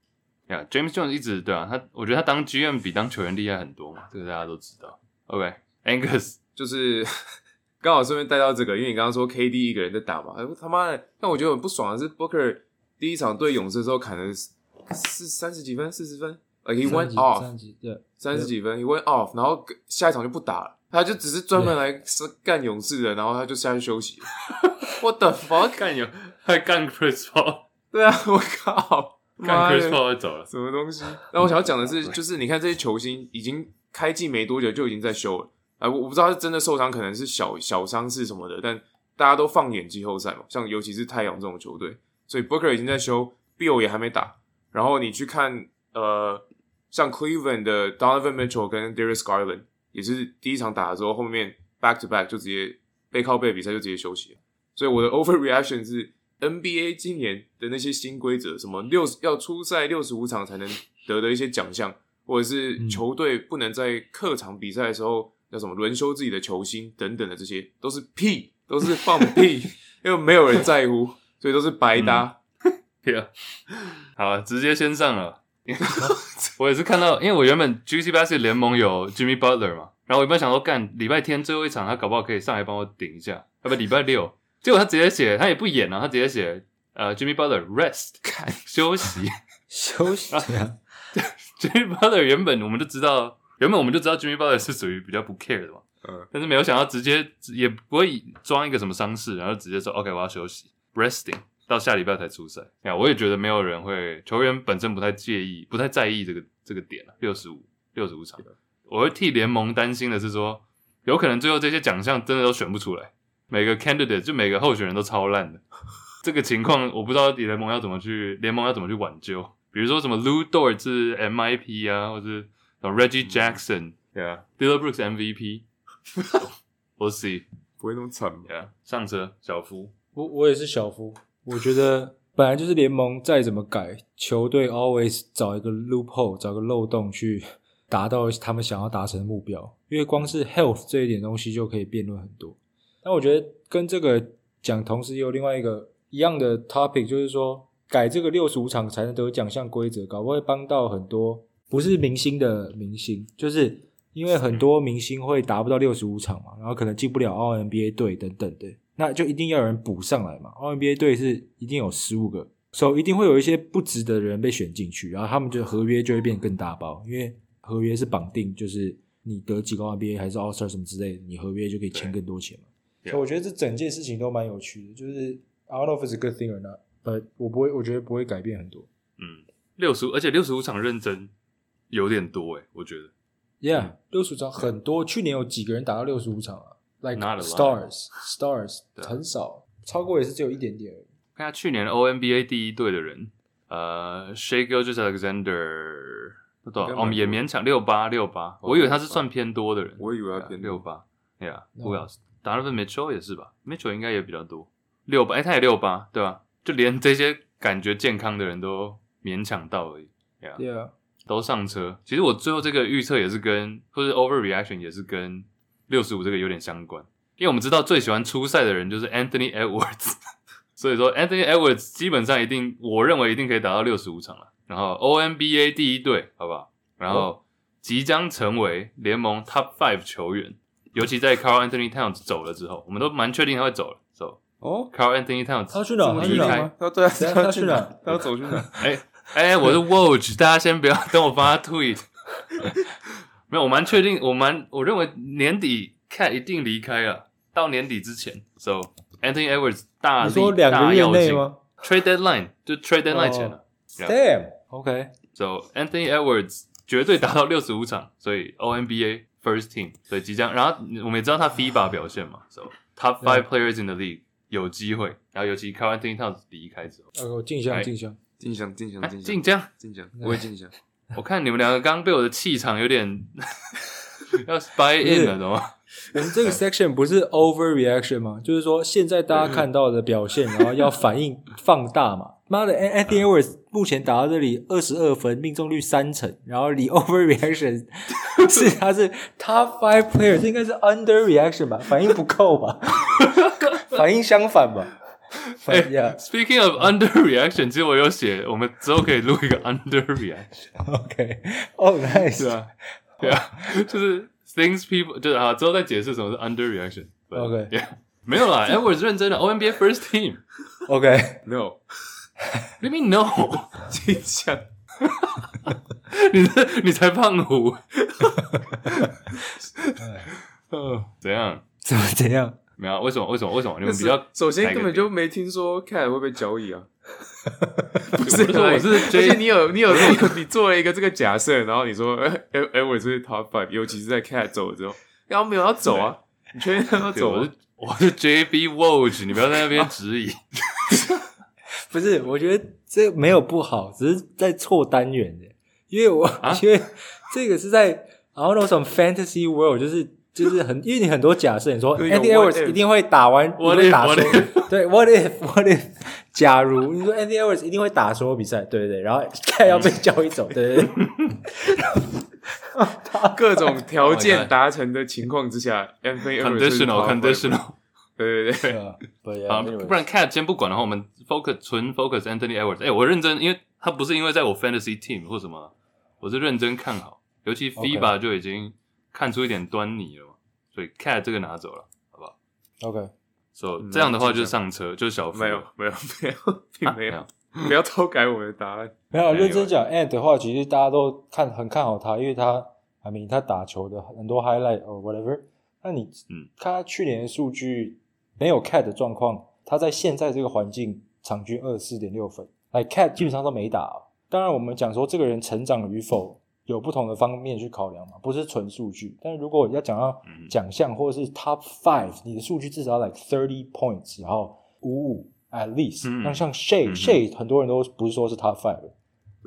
Speaker 1: 呀、j a m e s Jones 一直对啊，他我觉得他当 GM 比当球员厉害很多嘛，这个大家都知道。OK，Angus，、 (laughs)
Speaker 3: 就是 (laughs) 刚好顺便带到这个，因为你刚刚说 KD 一个人在打嘛，哎他妈的，但我觉得很不爽的是 Booker 第一场对勇士的时候砍了四三十几分、四十分，like he went off，
Speaker 2: 对，
Speaker 3: 三十几分，he went off，然后下一场就不打了，他就只是专门来干勇士的，然后他就下去休息。What (laughs) the fuck？
Speaker 1: 干有还干 Chris Paul。
Speaker 3: 对啊，我靠，妈
Speaker 1: 看 Chris
Speaker 3: 的，
Speaker 1: Paul 就走了。
Speaker 3: 什么东西？那我想要讲的是，就是你看这些球星已经开季没多久就已经在休了，啊，我我不知道他是真的受伤，可能是小小伤势什么的，但大家都放眼季后赛嘛，像尤其是太阳这种球队，所以 Booker 已经在休，Bill 也还没打，然后你去看呃，像 Cleveland 的 Donovan Mitchell 跟 Darius Garland 也是第一场打的时候，后面 back to back 就直接背靠背比赛就直接休息了。所以我的 overreaction 是 NBA 今年的那些新规则，什么六要出赛六十五场才能得的一些奖项，或者是
Speaker 2: 嗯
Speaker 3: 球队不能在客场比赛的时候要什么轮休自己的球星等等的这些，都是屁，都是放屁， (laughs) 因为没有人在乎，所以都是白搭。
Speaker 1: Yeah，好啊，直接先上了。 (laughs) 我也是看到，因为我原本 Juicy Basket 联盟有 Jimmy Butler 嘛，然后我原本想说，干礼拜天最后一场，他搞不好可以上来帮我顶一下，要不礼拜六，结果他直接写，他也不演了、啊，他直接写呃 Jimmy Butler rest 看休息。
Speaker 2: 休息啊，
Speaker 1: (laughs) Jimmy Butler 原本我们就知道，原本我们就知道 Jimmy Butler 是属于比较不 care 的嘛，
Speaker 3: 嗯，
Speaker 1: 但是没有想到直接也不会装一个什么伤势，然后直接说 OK 我要休息 resting，到下礼拜才出赛。呀，我也觉得没有人会，球员本身不太介意，不太在意这个这个点啊了，六十五六十五场。我会替联盟担心的是说，有可能最后这些奖项真的都选不出来，每个 candidate 就每个候选人都超烂的。这个情况我不知道联盟要怎么去，联盟要怎么去挽救。比如说什么 Lou Dort 是 MIP 啊，或是什么 Reggie Jackson，对
Speaker 3: 嗯
Speaker 1: 啊，Dillon Brooks (laughs) MVP。We'll see。
Speaker 3: 不会那么惨吧？
Speaker 1: Yeah，上车，小夫。
Speaker 2: 我我也是小夫，我觉得本来就是联盟再怎么改，球队 always 找一个 loophole，找个漏洞去达到他们想要达成的目标，因为光是 health 这一点东西就可以辩论很多。那我觉得跟这个讲，同时也有另外一个一样的 topic，就是说改这个六十五场才能得奖项规则，搞不好会帮到很多不是明星的明星，就是因为很多明星会达不到六十五场嘛，然后可能进不了 All NBA 队等等的，那就一定要有人补上来嘛。All NBA 队是一定有十五个，所以一定会有一些不值得的人被选进去，然后他们就合约就会变更大包，因为合约是绑定，就是你得几个 NBA 还是 All Star 什么之类的，你合约就可以签更多钱嘛。
Speaker 1: Yeah.
Speaker 2: 所以我觉得这整件事情都蛮有趣的，就是 I don't know if it's a good thing or not，but 我不会，我觉得不会改变很多。
Speaker 1: 嗯，六十五，而且六十五场认真有点多诶，我觉得
Speaker 2: Yeah，六嗯十五场很多，去年有几个人打到六十五场啊？Like
Speaker 1: Not a lot.
Speaker 2: stars, stars
Speaker 1: 对
Speaker 2: 很少，超过也是只有一点点而已。
Speaker 1: 看下去年 O N B A 第一队的人，呃 s h a k e r 就是 Alexander，不懂，
Speaker 3: 应该蛮哦
Speaker 1: 哦，也勉强六八六八，我以为他是算偏多的人，啊
Speaker 3: 我以为他偏
Speaker 1: 六八，Yeah，
Speaker 2: No
Speaker 1: 我 else？达芬 Mitchell 也是吧，Mitchell 应该也比较多，六八，哎，他也六八，对吧？就连这些感觉健康的人都勉强到而已，Yeah。
Speaker 2: Yeah，
Speaker 1: 都上车。其实我最后这个预测也是跟，或者 overreaction 也是跟六十五这个有点相关，因为我们知道最喜欢出赛的人就是 Anthony Edwards，所 (laughs) 以说 Anthony Edwards 基本上一定，我认为一定可以达到六十五场了。然后 ONBA 第一队，好不好？然后即将成为联盟 Top Five 球员，尤其在 Carl Anthony Towns 走了之后，我们都蛮确定他会走了。走、
Speaker 2: 哦，
Speaker 1: Carl Anthony Towns
Speaker 2: 他去哪
Speaker 1: 这么
Speaker 2: 他
Speaker 1: 离
Speaker 2: 去哪
Speaker 1: 开
Speaker 2: 吗，
Speaker 3: 他对啊，
Speaker 2: 等下
Speaker 3: 他
Speaker 2: 他
Speaker 3: 要
Speaker 2: 去
Speaker 3: 去哪
Speaker 2: 哪？
Speaker 3: 他要走去哪？
Speaker 1: 哎哎，我是 Woj，大家先不要等我发 tweet。没有，我蛮确定，我蛮我认为年底 Cat 一定离开了，到年底之前，so Anthony Edwards 大
Speaker 2: 你
Speaker 1: 力
Speaker 2: 说两个月内吗哦
Speaker 1: 大跃进？Trade deadline 就 Trade deadline 前了、Yeah.
Speaker 2: ？Damn，OK，
Speaker 1: so Anthony Edwards 绝对达到六十五场，所以 ONBA first team，所以即将，然后我们也知道他 FIBA 表现嘛，so top five players in the league 有机会，然后尤其 Carl Anthony Towns 离开之后，
Speaker 2: 呃，我静香
Speaker 1: 哎
Speaker 2: 静香，
Speaker 3: 静香，静香
Speaker 1: 哎，，
Speaker 3: 静
Speaker 1: 晋
Speaker 3: 香，
Speaker 1: 江。
Speaker 3: 静香，我也静香。
Speaker 1: (laughs) 我看你们两个刚刚被我的气场有点 (laughs) 要 spy
Speaker 2: 不是
Speaker 1: in 了，懂 (laughs) 吗？
Speaker 2: 我们这个 section 不是 overreaction 吗？就是说现在大
Speaker 1: 嗯
Speaker 2: 家看到的表现，然后要反应放大嘛。妈的，An-，Anthony Edwards 目前打到这里二十二分，命中率三成，然后你 (laughs) overreaction 是他是 top five player，这应该是 underreaction 吧？反应不够吧？ (laughs) 反应相反吧？反应、啊
Speaker 1: 哎 Speaking of underreaction，其实我有写，我们之后可以录一个 (laughs) underreaction，
Speaker 2: OK，
Speaker 1: 哎
Speaker 2: 哦、
Speaker 1: 对 (laughs)
Speaker 2: nice，OK，、
Speaker 1: 啊，对啊，就是 things people，就是啊，之后再解释什么是 underreaction。
Speaker 2: OK
Speaker 1: yeah, 没有 (laughs) 啦，哎，我是认真的，ONBA first team。
Speaker 3: No，
Speaker 1: Let me know， (laughs)
Speaker 3: 静香，
Speaker 1: 你这你才胖虎。 (laughs) 嗯，怎样？
Speaker 2: 怎么怎样？
Speaker 1: 没有啊？为什么？为什么？为什么？你们比
Speaker 3: 首
Speaker 1: 较
Speaker 3: 首先
Speaker 1: 哪个
Speaker 3: 根本就没听说 Cat 会被交易啊。
Speaker 1: (laughs) 不是我是
Speaker 3: 而且
Speaker 1: J
Speaker 3: 你有你有这个，你做了一个这个假设，然后你说， (laughs) 哎哎哎，我是 Top Five，尤其是在 Cat 走了之后，然后没有要走啊，你确定他要
Speaker 1: 对
Speaker 3: 走
Speaker 1: 我
Speaker 3: 啊
Speaker 1: 是？我是 JB Woj，你不要在那边质疑。
Speaker 2: 不是，我觉得这没有不好，只是在错单元的，因为我、
Speaker 1: 啊
Speaker 2: 因为这个是在 I don't know some fantasy world，就是就是很，因为你很多假设，你说
Speaker 3: 有一种
Speaker 2: Anthony
Speaker 3: what
Speaker 2: Edwards
Speaker 3: if
Speaker 2: 一定会打完，一
Speaker 1: What
Speaker 2: 定会打
Speaker 1: if，
Speaker 2: 输
Speaker 1: what，
Speaker 2: 对，What if What if，假如你说 Anthony Edwards 一定会打所有比赛，对对对，然后 (laughs) 看要被交易走，对对
Speaker 1: (laughs)
Speaker 2: 对，
Speaker 3: 各种条
Speaker 1: (laughs) Oh my
Speaker 3: 件
Speaker 1: God
Speaker 3: 达成的情况之下，Anthony (laughs) Edwards
Speaker 1: conditional
Speaker 3: 是 top five
Speaker 1: conditional
Speaker 3: 对对对，
Speaker 2: 对啊，对
Speaker 1: 啊，
Speaker 2: 啊
Speaker 1: 不然 Cat 先不管的话，我们 focus 纯 focus Anthony Edwards。哎、我认真，因为他不是因为在我 fantasy team 或什么，我是认真看好，尤其
Speaker 2: OK
Speaker 1: FIBA 就已经看出一点端倪了嘛，所以 Cat 这个拿走了，好不好
Speaker 2: OK，
Speaker 1: ？So
Speaker 3: 嗯
Speaker 1: 这样的话
Speaker 3: 这
Speaker 1: 就
Speaker 3: 样
Speaker 1: 上车，就是小夫
Speaker 3: 没有没有没有，并没有
Speaker 1: 啊，
Speaker 3: 不要偷改我们的答案。
Speaker 2: 没有
Speaker 1: 没有
Speaker 2: 认真讲 Ant 的话，其实大家都看很看好他，因为他，I mean 他打球的很多 highlight or whatever。那你，
Speaker 1: 嗯，
Speaker 2: 看他去年的数据没有 Cat 的状况，他在现在这个环境场均二四点六分，来 Cat 基本上都没打哦、当然，我们讲说这个人成长与否有不同的方面去考量嘛，不是纯数据。但是如果要讲到
Speaker 1: 嗯
Speaker 2: 奖项或者是 Top Five，你的数据至少要 like thirty points，然后五五 at least、
Speaker 1: 嗯
Speaker 2: 那像 Shay、
Speaker 1: 嗯哼
Speaker 2: Shay 很多人都不是说是 Top Five，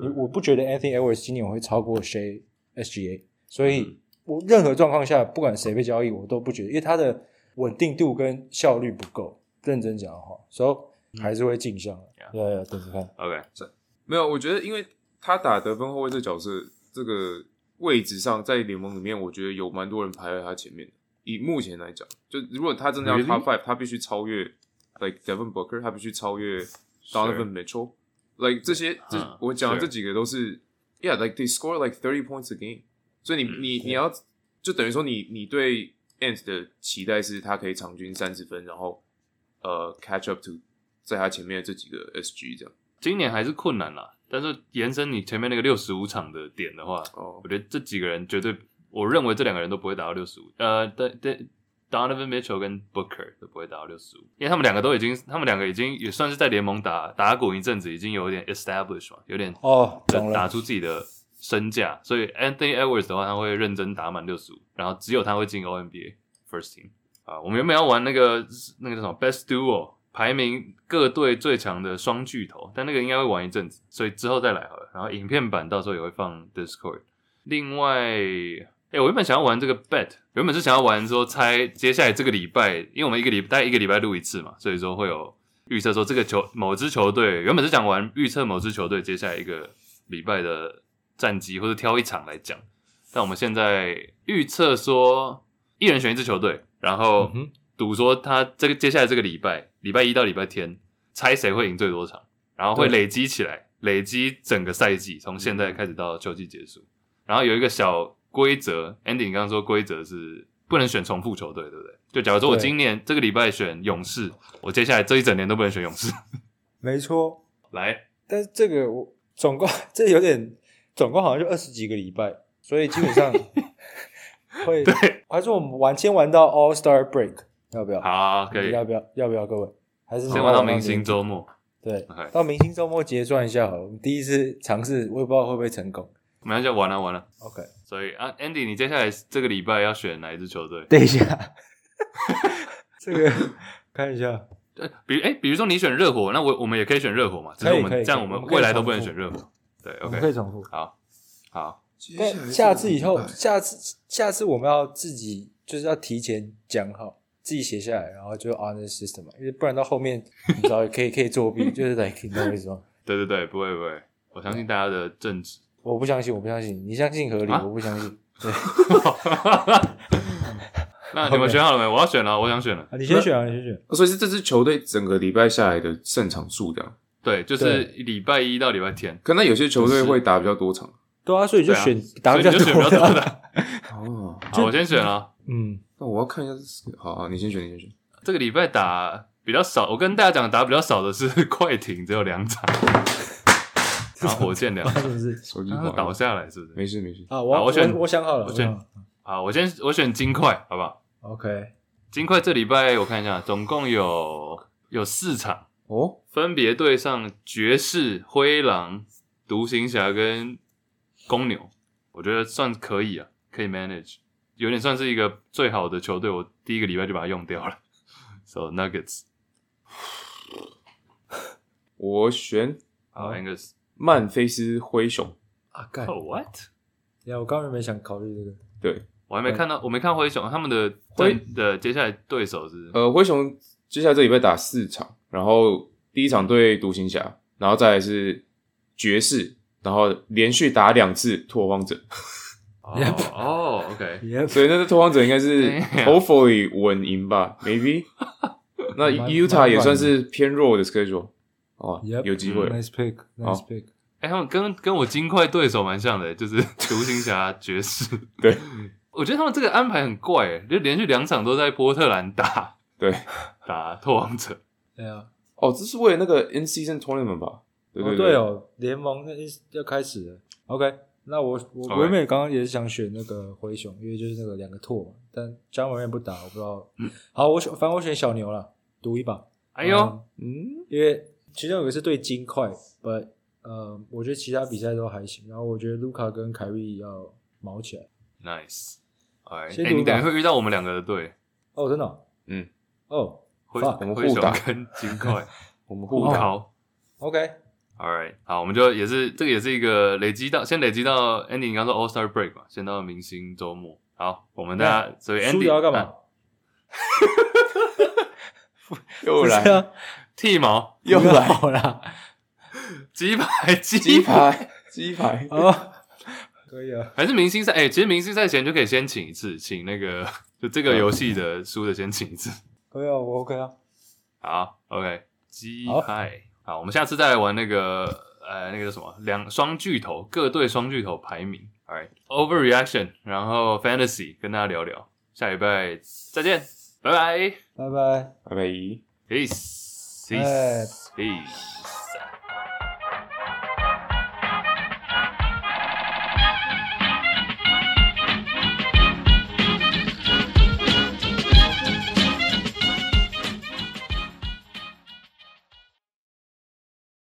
Speaker 2: 你我不觉得 Anthony Edwards 今年会超过 Shay SGA，所
Speaker 1: 嗯
Speaker 2: 以我任何状况下，不管谁被交易，我都不觉得，因为他的稳定度跟效率不够。认真讲的话，所以还是会进项的。
Speaker 1: 嗯 Yeah
Speaker 2: 对对，等着看。
Speaker 1: OK，
Speaker 3: 没有，我觉得因为他打得分后卫这角色这个位置上，在联盟里面，我觉得有蛮多人排在他前面的。以目前来讲，就如果他真的要
Speaker 1: Really？
Speaker 3: top five，他必须超越 like Devin Booker，他必须超越 Donovan Mitchell，like 这些这、
Speaker 1: 嗯
Speaker 3: 我讲的
Speaker 1: 是
Speaker 3: 这几个都是，yeah，like they score like thirty points a game，所以你、
Speaker 1: 嗯
Speaker 3: 你你要就等于说你你对 Ant 的期待是他可以场均三十分，然后呃 catch up to 在他前面的这几个 SG 这样。
Speaker 1: 今年还是困难啦，但是延伸你前面那个六十五场的点的话，
Speaker 3: 哦
Speaker 1: 我觉得这几个人绝对，我认为这两个人都不会达到六十五。呃，对对，Donovan Mitchell 跟 Booker 都不会达到六十五，因为他们两个都已经，他们两个已经也算是在联盟打打滚一阵子，已经有点 established 嘛，有点
Speaker 2: 哦，懂
Speaker 1: 打
Speaker 2: 了，
Speaker 1: 出自己的身价。所以 Anthony Edwards 的话，他会认真打满六十五，然后只有他会进 O N B A First Team 啊。我们原本要玩那个那个叫什么 Best Duo，排名各队最强的双巨头，但那个应该会玩一阵子，所以之后再来好了。然后影片版到时候也会放 Discord。另外，哎、我原本想要玩这个 bet，原本是想要玩说猜接下来这个礼拜，因为我们一个礼拜大概一个礼拜录一次嘛，所以说会有预测说这个球某支球队原本是想玩预测某支球队接下来一个礼拜的战绩，或者挑一场来讲。但我们现在预测说一人选一支球队，然后
Speaker 2: 嗯哼
Speaker 1: 赌说他这个接下来这个礼拜礼拜一到礼拜天猜谁会赢最多场，然后会累积起来，累积整个赛季从现
Speaker 2: 嗯
Speaker 1: 在开始到秋季结束。然后有一个小规则，Andy，你刚刚说规则是不能选重复球队，对不对？就假如说我
Speaker 2: 对
Speaker 1: 今年这个礼拜选勇士，我接下来这一整年都不能选勇士。 (laughs)
Speaker 2: 没错。
Speaker 1: 来，
Speaker 2: 但是这个我总共 (laughs) 这有点，总共好像就二十几个礼拜，所以基本上
Speaker 1: (laughs)
Speaker 2: 会还是我们玩先玩到 All Star Break，要不要？
Speaker 1: 好啊，可以
Speaker 2: 要不哦要？要不要各位？还是你
Speaker 1: 先
Speaker 2: 要
Speaker 1: 玩到明星周末。
Speaker 2: 对
Speaker 1: OK
Speaker 2: 到明星周末结算一下好了。我们第一次尝试，我也不知道会不会成
Speaker 1: (laughs)
Speaker 2: 功。
Speaker 1: 没关系，完了完了。
Speaker 2: OK，
Speaker 1: 所以啊，Andy，你接下来这个礼拜要选哪一支球队？
Speaker 2: 等一下， (laughs) 这个看一下，
Speaker 1: 呃比哎、比如说你选热火，那我我们也可以选热火嘛，只是
Speaker 2: 可以
Speaker 1: 我们
Speaker 2: 可以
Speaker 1: 这样，
Speaker 2: 可
Speaker 1: 我
Speaker 2: 以
Speaker 1: 们
Speaker 2: 我们可以
Speaker 1: 未来都
Speaker 2: 重
Speaker 1: 不能
Speaker 2: 复
Speaker 1: 选热火。对
Speaker 2: 我们
Speaker 1: (laughs)
Speaker 2: 可
Speaker 1: ，OK，
Speaker 2: 以重复。
Speaker 1: 好，好，
Speaker 2: 但下次以后，下次下次我们要自己就是要提前讲好，自己写下来，然后就 honor system 啊嘛，因为不然到后面你知道也可以可以
Speaker 1: (laughs)
Speaker 2: 作弊，就是 like 你懂我意思吗？
Speaker 1: 对对对，不会不会，我相信大家的正
Speaker 2: (laughs)
Speaker 1: 直。
Speaker 2: 我不相信，我不相信，你相信合理，
Speaker 1: 啊
Speaker 2: 我不相信。
Speaker 1: 那你们
Speaker 2: OK
Speaker 1: 选好了没？我要选了，我想选了。
Speaker 2: 啊，你先选啊，你先选。
Speaker 3: 啊所以是这支球队整个礼拜下来的胜场数这样，
Speaker 1: 对，就是礼拜一到礼拜天。
Speaker 3: 可能有些球队会打比较多场。
Speaker 2: 对啊，所以就
Speaker 1: 对啊
Speaker 2: 选打比较
Speaker 1: 所以你就选
Speaker 2: 多
Speaker 1: 比较多
Speaker 2: 的。
Speaker 1: 的。
Speaker 3: 哦，
Speaker 1: 好，我先选了。
Speaker 2: 嗯，
Speaker 3: 那我要看一下这四个，好好，你先选，你先选。
Speaker 1: 这个礼拜打比较少，我跟大家讲，打比较少的是 (laughs) 快艇，只有两场，然后火箭两场，
Speaker 2: (laughs) 是不是？
Speaker 3: 手机
Speaker 1: 然后
Speaker 3: 滑
Speaker 1: 倒
Speaker 3: 了，
Speaker 1: 下来是不是？
Speaker 3: 没事没事。
Speaker 2: 啊，我
Speaker 1: 啊好我
Speaker 2: 我
Speaker 1: 选
Speaker 2: 我想好了，
Speaker 1: 我
Speaker 2: 我
Speaker 1: 选
Speaker 2: 想好了
Speaker 1: 好，我先我选金块，好不好？
Speaker 2: OK，
Speaker 1: 金块这礼拜我看一下，总共有有四场，
Speaker 3: 哦，
Speaker 1: 分别对上爵士、灰狼、独行侠跟公牛，我觉得算可以啊，可以 manage，有点算是一个最好的球队。我第一个礼拜就把它用掉了，So (laughs) Nuggets，
Speaker 3: 我选
Speaker 1: 好 Oh, Angus，
Speaker 3: 曼菲斯灰熊。
Speaker 2: 啊，干，
Speaker 1: 哦 What？
Speaker 2: 呀，我刚原本想考虑这个，
Speaker 3: 对，
Speaker 1: 我还没看到，我没看灰哦熊他们的
Speaker 3: 灰
Speaker 1: 战的接下来对手是
Speaker 3: 呃，灰熊接下来这礼拜打四场，然后第一场对独行侠，然后再来是爵士，然后连续打两次拓荒者，
Speaker 1: 哦哦 OK，
Speaker 2: 也
Speaker 3: 所以那个拓荒者应该是
Speaker 1: Yeah
Speaker 3: hopefully 稳赢吧，maybe。那
Speaker 2: 蛮
Speaker 3: Utah 也
Speaker 2: 蛮
Speaker 3: 算是偏弱的 schedule 哦，
Speaker 2: Yep 嗯
Speaker 3: 有机会。
Speaker 2: nice pick，nice
Speaker 3: 好
Speaker 2: pick。
Speaker 1: 哎、他们跟跟我金块对手蛮像的，就是 (laughs) 独行侠、爵士。
Speaker 3: 对，
Speaker 1: (laughs) 我觉得他们这个安排很怪，欸就连续两场都在波特兰打
Speaker 3: 对，
Speaker 1: (laughs) 打拓荒者。
Speaker 2: 对啊，
Speaker 3: 哦，这是为了那个 in season tournament 吧？对
Speaker 2: 哦
Speaker 3: 对
Speaker 2: 对，哦，联盟那是要开始了。OK，那我我
Speaker 1: OK
Speaker 2: 我原本刚刚也是想选那个灰熊，因为就是那个两个拓嘛，但张文远不打，我不知道。好，我选，反正我选小牛了，赌一把。
Speaker 1: 哎呦，
Speaker 2: 嗯
Speaker 3: 嗯，
Speaker 2: 因为其中有个是对金块，but 呃，我觉得其他比赛都还行。然后我觉得卢卡跟凯瑞要毛起来。
Speaker 1: nice，哎、
Speaker 2: 先
Speaker 1: 哎
Speaker 2: 读
Speaker 1: 你
Speaker 2: 吧
Speaker 1: 等一下会遇到我们两个的队，
Speaker 2: 哦，真的哦、
Speaker 3: 嗯
Speaker 2: 哦
Speaker 1: 灰
Speaker 2: Fuck，
Speaker 3: 我们
Speaker 1: 灰
Speaker 3: 互
Speaker 1: 熊
Speaker 3: 打
Speaker 1: 跟金块
Speaker 3: 我们互
Speaker 1: 互
Speaker 2: 哦
Speaker 3: 打。
Speaker 1: 逃。
Speaker 2: ，OK，
Speaker 1: All right，好，我们就也是这个也是一个累积到，先累积到 Andy，你刚说 All Star Break 嘛，先到明星周末。好，我们大家、所以
Speaker 2: 输
Speaker 1: Andy
Speaker 2: 掉要干
Speaker 1: 啊
Speaker 2: 嘛？
Speaker 3: 又
Speaker 2: 不是
Speaker 3: 来
Speaker 2: 啊，
Speaker 1: 剃毛、
Speaker 3: 又
Speaker 2: 不
Speaker 3: 来
Speaker 2: 好啦。
Speaker 1: 鸡排、鸡
Speaker 3: 鸡
Speaker 1: 排。
Speaker 3: 排鸡排，
Speaker 2: (laughs) 哦，可以啊。
Speaker 1: 还是明星赛？哎、其实明星赛前就可以先 (laughs) 请一次，请那个就这个游戏的输的先请一次。
Speaker 2: 可以啊，我 OK 啊。
Speaker 1: 好，OK，鸡
Speaker 2: 好
Speaker 1: 派。好，我们下次再来玩那个呃，那个叫什么？两双巨头，各队双巨头排名。All right，overreaction，然后 fantasy 跟大家聊聊。下礼拜再见，拜拜
Speaker 2: 拜拜。
Speaker 3: 拜拜。
Speaker 1: ，peace，peace，peace。
Speaker 2: 哎
Speaker 1: peace